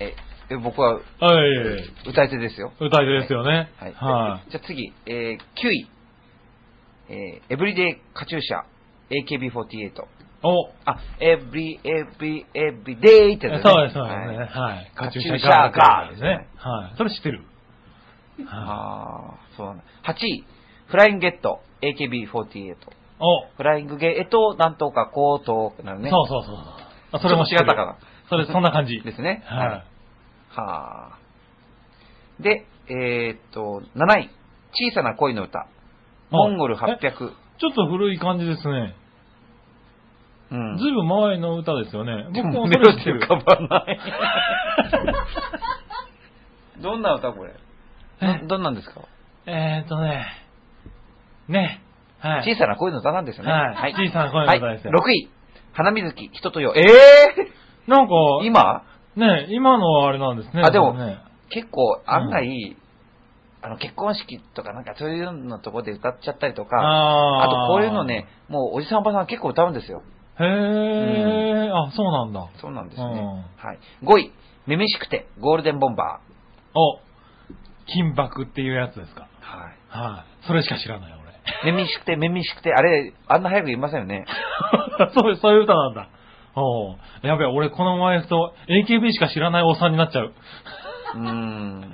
え、え僕ははい。歌い手ですよ。歌い手ですよね。はい。はじゃあ次、えー、9位。えー、エブリデイカチューシャ、AKB48。い。お、あ、エブリ、エブリ、エブリデイってそうやです、つそうですね。はいはい。カカチチューューシシャャガガーーでですすねね。はい。それ知ってる。あはー、そうなんだ。8位、フライングゲット、AKB48。い。お、フライングゲット、なんとかこうとかなるね。そうそうそう。あ、それも知ってちょっと違ったかるな。それ、そんな感じ。ですねははあ。で、えー、っと、7位、小さな恋の歌、モンゴル800。い。ちょっと古い感じですね。うずんいぶん前の歌ですよね。僕もそメれロ知デってィーる浮。かば ない。どんな歌これえどんなんですか、えーっとね。ね。はい。小さな恋の歌なんですよね。はい小さな恋の歌ですよはい、6位、花水木、人とよ。えなんか、ー、今ね、今のはあれなんですね。あでもね、結構案外、あの結婚式とかなんかそういうのとこで歌っちゃったりとか、ああーとこういうのね。、もうおじさんおばさん結構歌うんですよ。へえ、あ、そうなんだ。そうなんですうんね。はい、5位、めめしくて、ゴールデンボンバー。お、金箔っていうやつですか。はいはい。それしか知らない、俺。 めみしくて、めみしくて、あれ、あんな早く言いませんよね。そう、そういう歌なんだ。おうやべえ、俺この前行くと AKB しか知らないおっさんになっちゃう。うーん。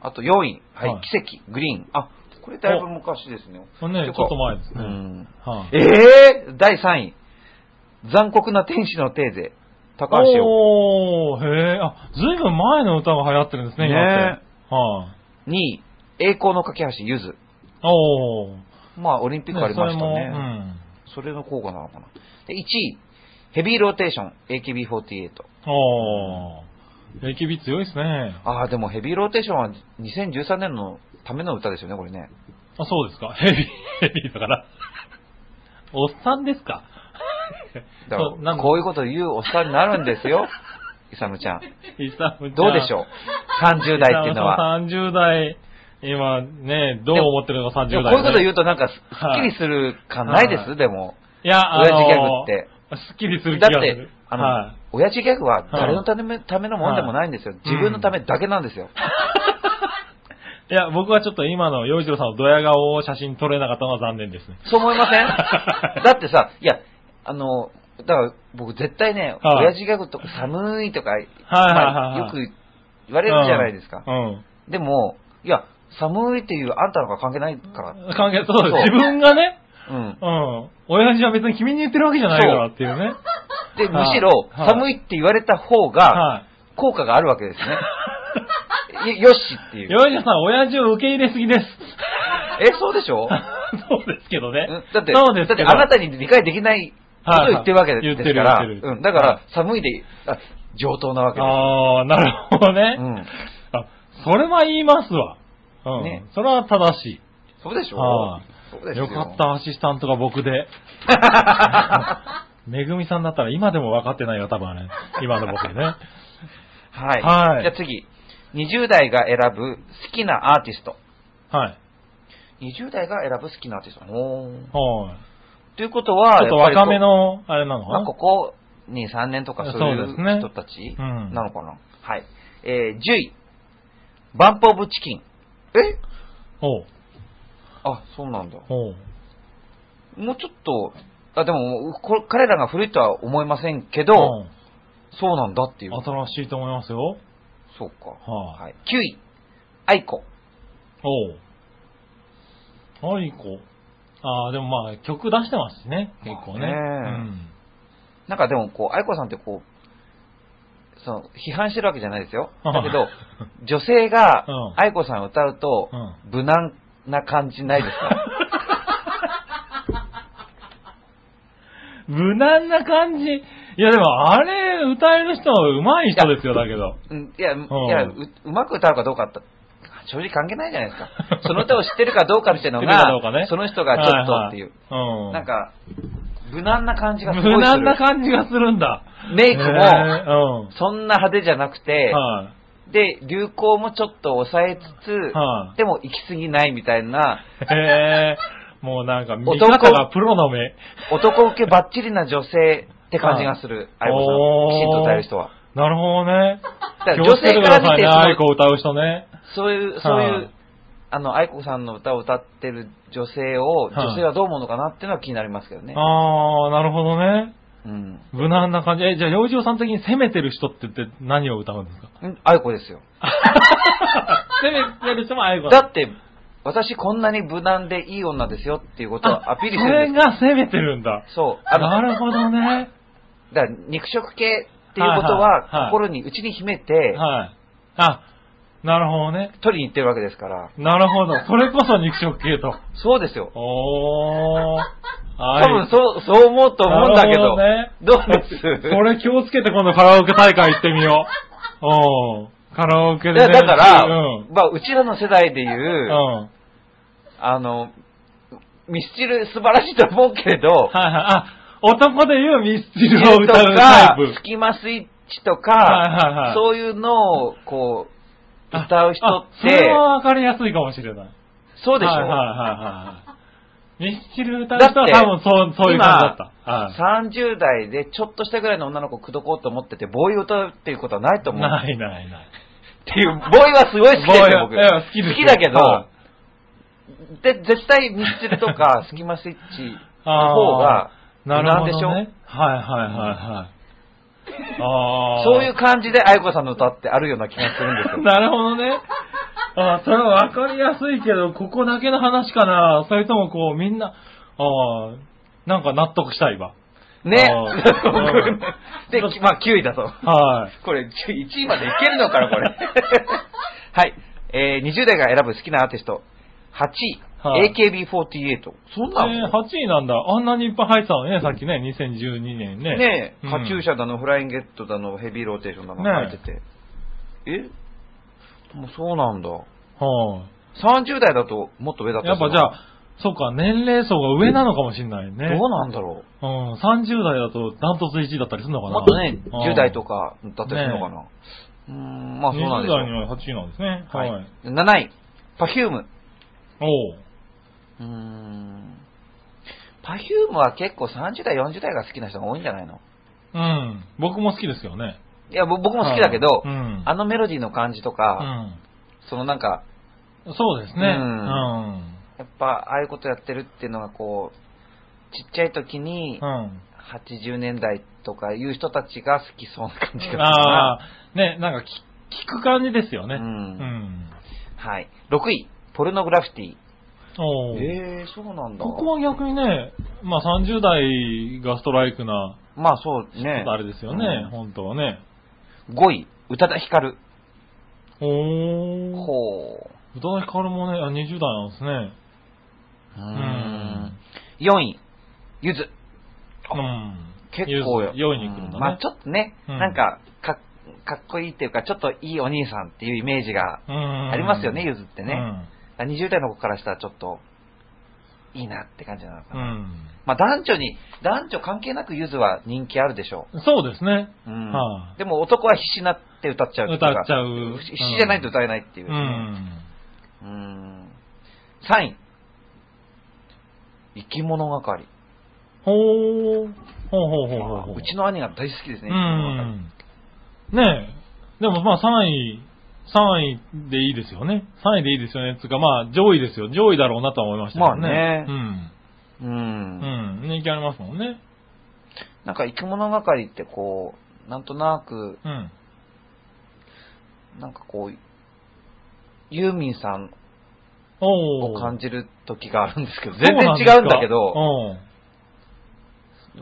あと4位、はい、はい奇跡、グリーン。あ、これだいぶ昔ですね。これね、ちょっと前ですうね。ん。はいええー、第3位、残酷な天使のテーゼ、高橋を。おー、へえ、あ、ずいぶん前の歌が流行ってるんですね、今ってね。はい。 2位、栄光の架け橋、ゆず。おー。まあ、オリンピックありましたね。それもうん。それの効果なのかな。で、1位、ヘビーローテーション、AKB48。おー。AKB 強いですね。ああ、でもヘビーローテーションは2013年のための歌ですよね、これね。あ、そうですか。 ヘビー、ヘビー だから。おっさんですかだ そかうならんだこういうこと言うおっさんになるんです よ、イサムちゃん。イサムちゃんどうでしょう ?30 代っていうのは。イサムさん30代、今ね、どう思ってるのか30で代、もこういうこと言う。うとなんかすっきりする感ないです、はいでも。いや、あ親の父ギャグって。すっきりする気だがっすてる。、あの、は親父ギャグは誰のため,、ためのもんでもないんですよ。自分のためだけなんですよ。い。いや、僕はちょっと今の洋一郎さんのドヤ顔を写真撮れなかったのは残念ですね。そう思いませ んだってさ、いや、あの、だから僕絶対ね、はい親父ギャグとか寒いとか、はいはいはいまあよく言われるじゃないですか。うん。でも、いや、寒いっていうあんたのが関係ないから。関係、そうそう自分がね、うん。うん。親父は別に君に言ってるわけじゃないからっていうね。で、むはいしろ、はい寒いって言われた方が、 はい。効果があるわけです ね。いよしっていう。洋一郎さん、親父を受け入れすぎです。え、そうでしょ そうですけどねうん。だって、そうですだってけどあなたに理解できないことを言ってるわけですかはいはら、い言ってる言ってうるん、だから、寒いで、あ上等なわけでああ、なるほどねす。、うん。あ、それは言いますわ。うん。ねそれは正しい。そうでしょはいそうですよ。よかった、アシスタントが僕で。めぐみさんだったら今でも分かってないよ、多分あれ。今の僕 ね。はい。はいじゃあ次。20代が選ぶ好きなアーティスト。はい。 20代が選ぶ好きなアーティスト。おーはい。ということは、ちょっとやぱりこ若めの、あれなのまあ、ここ2、3年とかそういそうですねう人たちうんなのかな。はい。えー、10位。バンプオブチキン。えおうあ、そうなんだ。おうもうちょっと、あ、でも、これ彼らが古いとは思いませんけど、うんそうなんだっていう。新しいと思いますよ。そうか。はいい。9位。アイコ。おうアイコ。ああ、でもまあ、曲出してますしね、結構ね。まあねうん。なんかでも、こう、愛子さんってこう、その、批判してるわけじゃないですよ。だけど、女性がうん愛子さんを歌うとうん、無難な感じないです か無難な感じ。いやでも、あれ、歌える人は上手い人ですよ、だけど。うんいや、んいや、ううまく歌うかどうかって、正直関係ないじゃないですか。その歌を知ってるかどうかっていうの知ってるかどうかがね、その人がちょっとっていう。ははうん。なんか、無難な感じがすごいする。無難な感じがするんだ。メイクもへえうん。そんな派手じゃなくて、はで、流行もちょっと抑えつつ、はいでも行き過ぎないみたいな、い。へえ。もうなんか、見方がプロの目。男受けばっちりな女性って感じがする、はい愛子さおん。ーきちんと歌える人は。なるほどね。だから気女をつけ性てくからださ見いてね、愛子その、を歌う人ね。そういう、そういう、はいあの、愛子さんの歌を歌ってる女性を、はい女性はどう思うのかなっていうのは気になりますけどね。ああ、なるほどね。うん。無難な感じ。え、じゃあ、洋一郎さん的に攻めてる人って言って何を歌うんですかうん愛子ですよ。攻めてる人も愛子だって、私こんなに無難でいい女ですよっていうことをアピールしてるんでそれが攻めてるんだ。すそう。あのな、るほどね。だから肉食系っていうことはいはいははい心に内に秘めてはい。あ、なるほどね。取りに行ってるわけですからなるほど。それこそ肉食系と。そうですよおー。多は分そうそう思うと思うんだけどなどうるでほすどね。これ気をつけて今度カラオケ大会行ってみよう。おー。カラオケで、いね。やだから、うん。まあ、うちらの世代でいうう、ん。あのミスチル素晴らしいと思うけれ どはいはい。あ、男で言うミスチルをミスチルと歌うタイかプ。スキマスイッチとか、はいはいはいそういうのをこうあ歌う人あっそれてはわかりやすいかもしれない。そうでしょ、はいはいはいはい。ミスチル歌う人はだって多分そう、そういう感じだった。は30代でちょっとしたぐらいの女の子を口説こうと思ってて、ボーイを歌うっていうことはないとい。思う。ないないない。っていう、ボーイはすごい好きですよ、僕。ボーイはいや好きですよだけど、はで、絶対ミスチルとか、スキマスイッチの方が、なるほど、無ね。難でしはいはいはいはい。ああ。そういう感じで愛子さんの歌ってあるような気がするんですよ。なるほどね。あーそれはわかりやすいけど、ここだけの話かな。それともこう、みんな、ああ、なんか納得した、今。ねあーで、まあ9位だと。はい。これ、1位までいけるのかな、こ れ。はい。えー、20代が選ぶ好きなアーティスト。8はい位、AKB48。そんなの、えー8位なんだ。あんなにいっぱい入ってたのね、さっきね、2012年ね。ねえ、うんカチューシャだの、フライングゲットだの、ヘビーローテーションだのねえ入ってて。えもうそうなんだ。は30代だともっと上だっい。たやっぱじゃあ、あ、そうか、年齢層が上なのかもしんないね。どうなんだろうん、30代だとダントツ1位だったりするのう。かなもっとね、10代とか。かだったりするのかな。うーん、まあそうなんです20代には8位なんですね。はい。はい。7位、パフューム。おううーん。パフュームは結構30代、40代が好きな人が多いんじゃないのうん。僕も好きですけどね。いや、ぼ僕も好きだけどう、ん。あのメロディーの感じとか、そのなんか、うん。そうですね。ううんん。やっぱ、ああいうことやってるっていうのがこう、ちっちゃい時にう、ん。 80年代とかいう人たちが好きそうな感じがするあな。あ、ね、なんかき聞く感じですよね。ううんん。はい。6位、ポルノグラフィティ。おうええそうなんだ。ここは逆にね、まあ30代がストライクな、まあそうね。あれですよね、本当はね。 5位、宇多田ヒカル。おー。ほ宇多田ヒカルもね、あ20代なんですね。う。う。。うん4位、ゆず。あうん。結構よ。 4位に来るんだね。うまあちょっとね、うんなんか、か、かっこいいっていうか、ちょっといいお兄さんっていうイメージがうんありますよね、ゆずってうね。あ20代の子からしたらちょっと、いいなって感じなのかん。うな。ん。まあ男女に、男女関係なくゆずは人気あるでしょそうですね。う。うんはでも男は必死になって歌っちゃうっていうか歌っちゃう必死じゃないと歌えないっていうう、ん。うん3位。生き物係。ほー。ほうほうほうほうほう。うちの兄が大好きですね、生うき物係。ん。ねえ。でもまあ3位、3位でいいですよね。3位でいいですよね。つうかまあ上位ですよ。上位だろうなとは思いましたけどまあねうん。うんうん。人気ありますもんね。なんか生き物係ってこう、なんとなく、うん。なんかこう、ユーミンさんおを感じじる時があるんですけど、全然違うんだけど、おも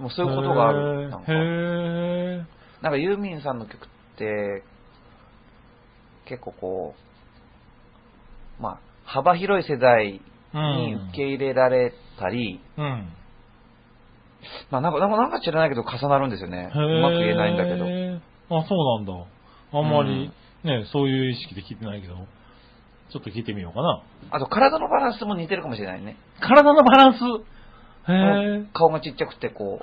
うそういうことがある。なんか、へー。なんかユーミンさんの曲って、結構こう、まあ、幅広い世代にうん受け入れられたり、うん。まあなんか、なんかなんか知らないけど重なるんですよね。うまく言えないんだけど。ど。あ、そうなんだ。あんまり、ね、そういう意識で聞いてないけど、ちょっと聞いてみようかな。あと体のバランスも似てるかもしれないね。体のバランス。へぇ顔がちっちゃくてこう、ー。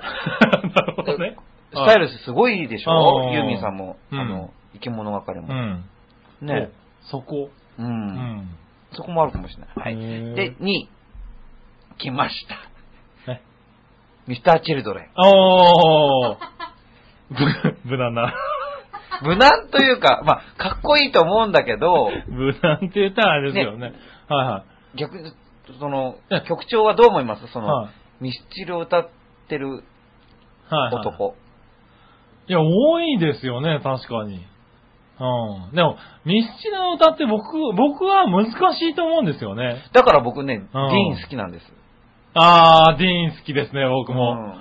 なるほどね。スタイルすごいでしあょーユーミンさんも、うんあの、生き物係うも。ん。ね。お。そこ。うん。うん。そこもあるかもしれない。はい。いで、、2位。来ました。ねミスター・チルドレン。おー。 ぶ、無難な。 無難というか、まあ、かっこいいと思うんだけど、無難って言ったらあれですよね。はいは逆に、そのえ、曲調はどう思いますそい。の、はいミスチルを歌ってるはいはい。男。いや、多いですよね、確かに。うん。でも、ミスチルの歌って僕、僕は難しいと思うんですよね。だから僕ね、ディーン好きなんです。あー、ディーン好きですね、僕も。も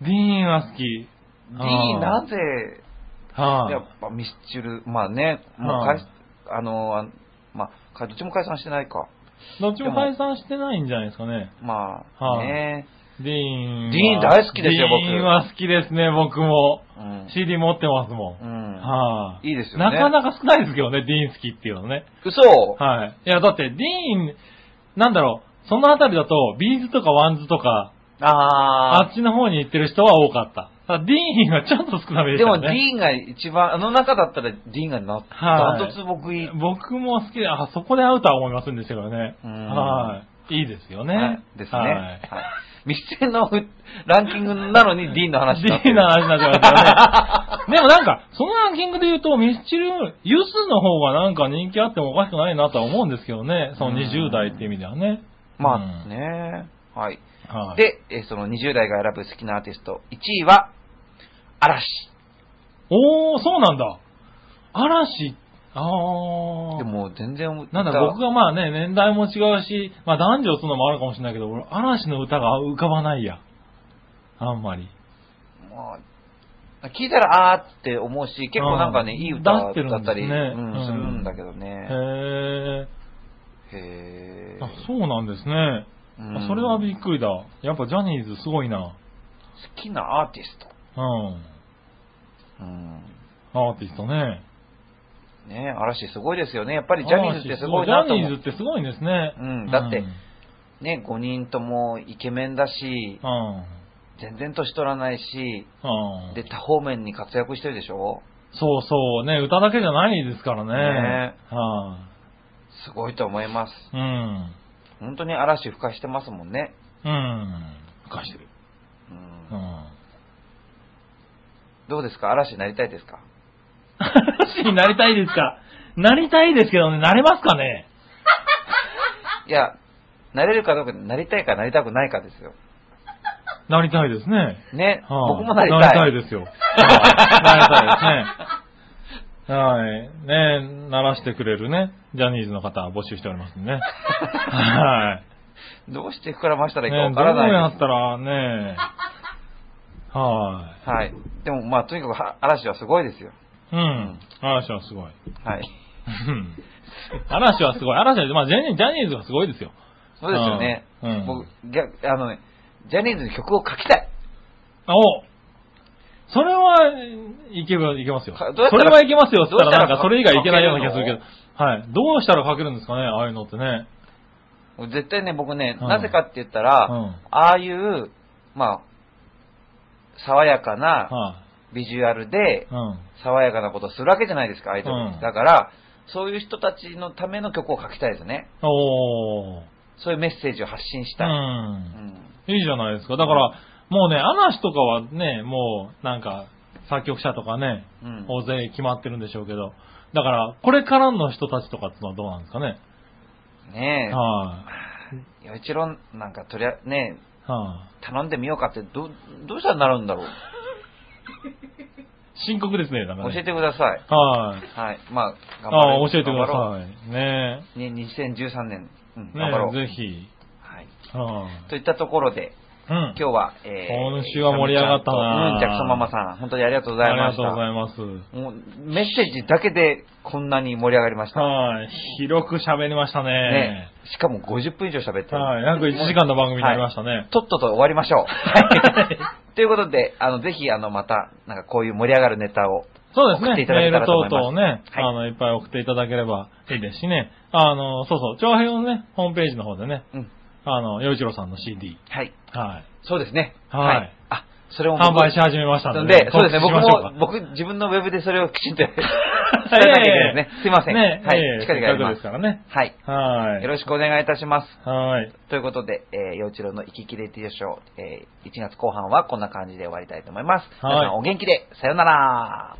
ディーンは好き。うん、ディーンなぜ、やっはぱミスチル、まあね、もう解散、あの、あまあ、かどっちも解散してないか。い。どっちも解散してないんじゃないですかね。まあ、はいね、ディーンは。ディーン大好きですよ僕ディーンは好きですね、僕も。うん。 CD 持ってますもん。うんはいいですよね。なかなか少ないですけどね、ディーン好きっていうのね。嘘はい。いや、だって、ディーン、なんだろう、そのあたりだと、ビーズとかワンズとか、ああっちの方に行ってる人は多かった。ただディーンはちょっと少なめー。ででしたもね。ディーンが一番、あの中だったらディーンがな、はいダントツ僕いい。僕も好きで、あ、そこで会うとは思いませんでしたけどね。うんはい。いいですよね。はいですね。ははいい。ミスチルのランキングなのにディーンの話デだィーンの話になっちゃいました よね。でもなんか、そのランキングで言うと、ミスチル、ユスの方がなんか人気あってもおかしくないなとは思うんですけどね。その20代っていう意味ではね。まあうんね。はい。はい。で、えーその20代が選ぶ好きなアーティスト、1位は、嵐。おー、そうなんだ。嵐、あー。でも全然歌、なんだ、僕がまあね、年代も違うし、まあ男女そのもあるかもしれないけど、俺、嵐の歌が浮かばないや。あんまり。まあ、聞いたらあーって思うし、結構なんかね、うんいい歌だ出してるんですねったり、うんうんするんだけどへね。え。へーあ、そうなんですね。うんあそれはびっくりだ。やっぱジャニーズすごいな。好きなアーティスト。うん。うん。アーティストね。ね嵐すごいですよね。やっぱりジャニーズってすごいジャなとニー思ズってすごいんですね。うんだってうん。う。ね、5人ともイケメンだし、うん全然年取らないし、うんで、多方面に活躍してるでしょそうそう。ね、歌だけじゃないですからね。はすごいと思います。い。うん。本当に嵐孵化してますもんね。うん。かしてる。う、うんん。どうですか嵐になりたいですか嵐になりたいですか なりたいですけどね、なれますかねいや、なれるかどうか、なりたいかなりたくないかですよ。なりたいですね。ね、はい僕もなりたい。なりた いですよ。はいなりたいですね。はい。ね鳴らしてくれるね、ジャニーズの方募集しておりますんでね。はい。どうして膨らましたらいいかねわどうからやないったらね、ではす。はい。でもまあ、とにかくは嵐はすごいですよ。い。うん。嵐はすごい。はい。うん嵐はすごい。嵐は、まあ、ジャニージャニーズがすごいですよ。そうですよね。うん僕、逆、あのね、ジャニーズに曲を書きたい。おそれは、いけば、いけますよ。かどうやったそられはいけますよ。そどうしたやったららなんか、それ以外いけないような気がするけ書けど。はい。どうしたら書けるんですかね、ああいうのってね。絶対ね、僕ね、うんなぜかって言ったうら、ん。ああいう、まあ、爽やかなはビジュアルでい。、うん。爽やかなことをするわけじゃないですか、アイドルってうんだから、そういう人たちのための曲を書きたいですね。おー。そういうメッセージを発信しう。たい。うんんいいじゃないですか。だから、もうね、嵐とかはね、もう、なんか、作曲者とかね、うん大勢決まってるんでしょうけど。だから、これからの人たちとかってのはどうなんですかね。ねはえ、与一郎なんかとりあねえい。はい。頼んでみようかってど、どうしたらなるんだろう、深刻ですね、なんか教ね。えてください。はい。はい、まあ、頑張あろあう。ー、教えてくだ頑張ろさい。ねうね、2013年、うん、え。頑張ろう、ねえ、ぜひ。はい。はといったところで、い。うん。今日は、えー、今週は盛り上がったなうん、ジャクソンママさん、本当にありがとうござあいりまがしとた。うございます。もう、メッセージだけでこんなに盛り上がりました。はい。広く喋りましたねね。。しかも50分以上喋ってる。はい。約1時間の番組になりましたね。とっとと終わりましょう。は ということで、あの、ぜひ、あの、また、なんかこういう盛り上がるネタを。そうです送ってねい。ただメけたールらと思等います々ね、はいあの、いっぱい送っていただければいいですしね。あの、そうそう、長編のね、ホームページの方でね、うん。あの、洋一郎さんの CD、はい。はい。そうですね。はいあ、それも僕販売し始めましたので、で、そうですね、僕告知しましょか も、僕、自分のウェブでそれをきちんと 、やらなきゃいけないですね。すいません。ねは えい。え近々やせっりかくまですす。からね。はい。はよい。ろしくお願いいたします。はい。ということで、えー、陽一郎の行き来レディオショー、えー、1月後半はこんな感じで終わりたいと思います。はい皆さんお元気で、さようなら。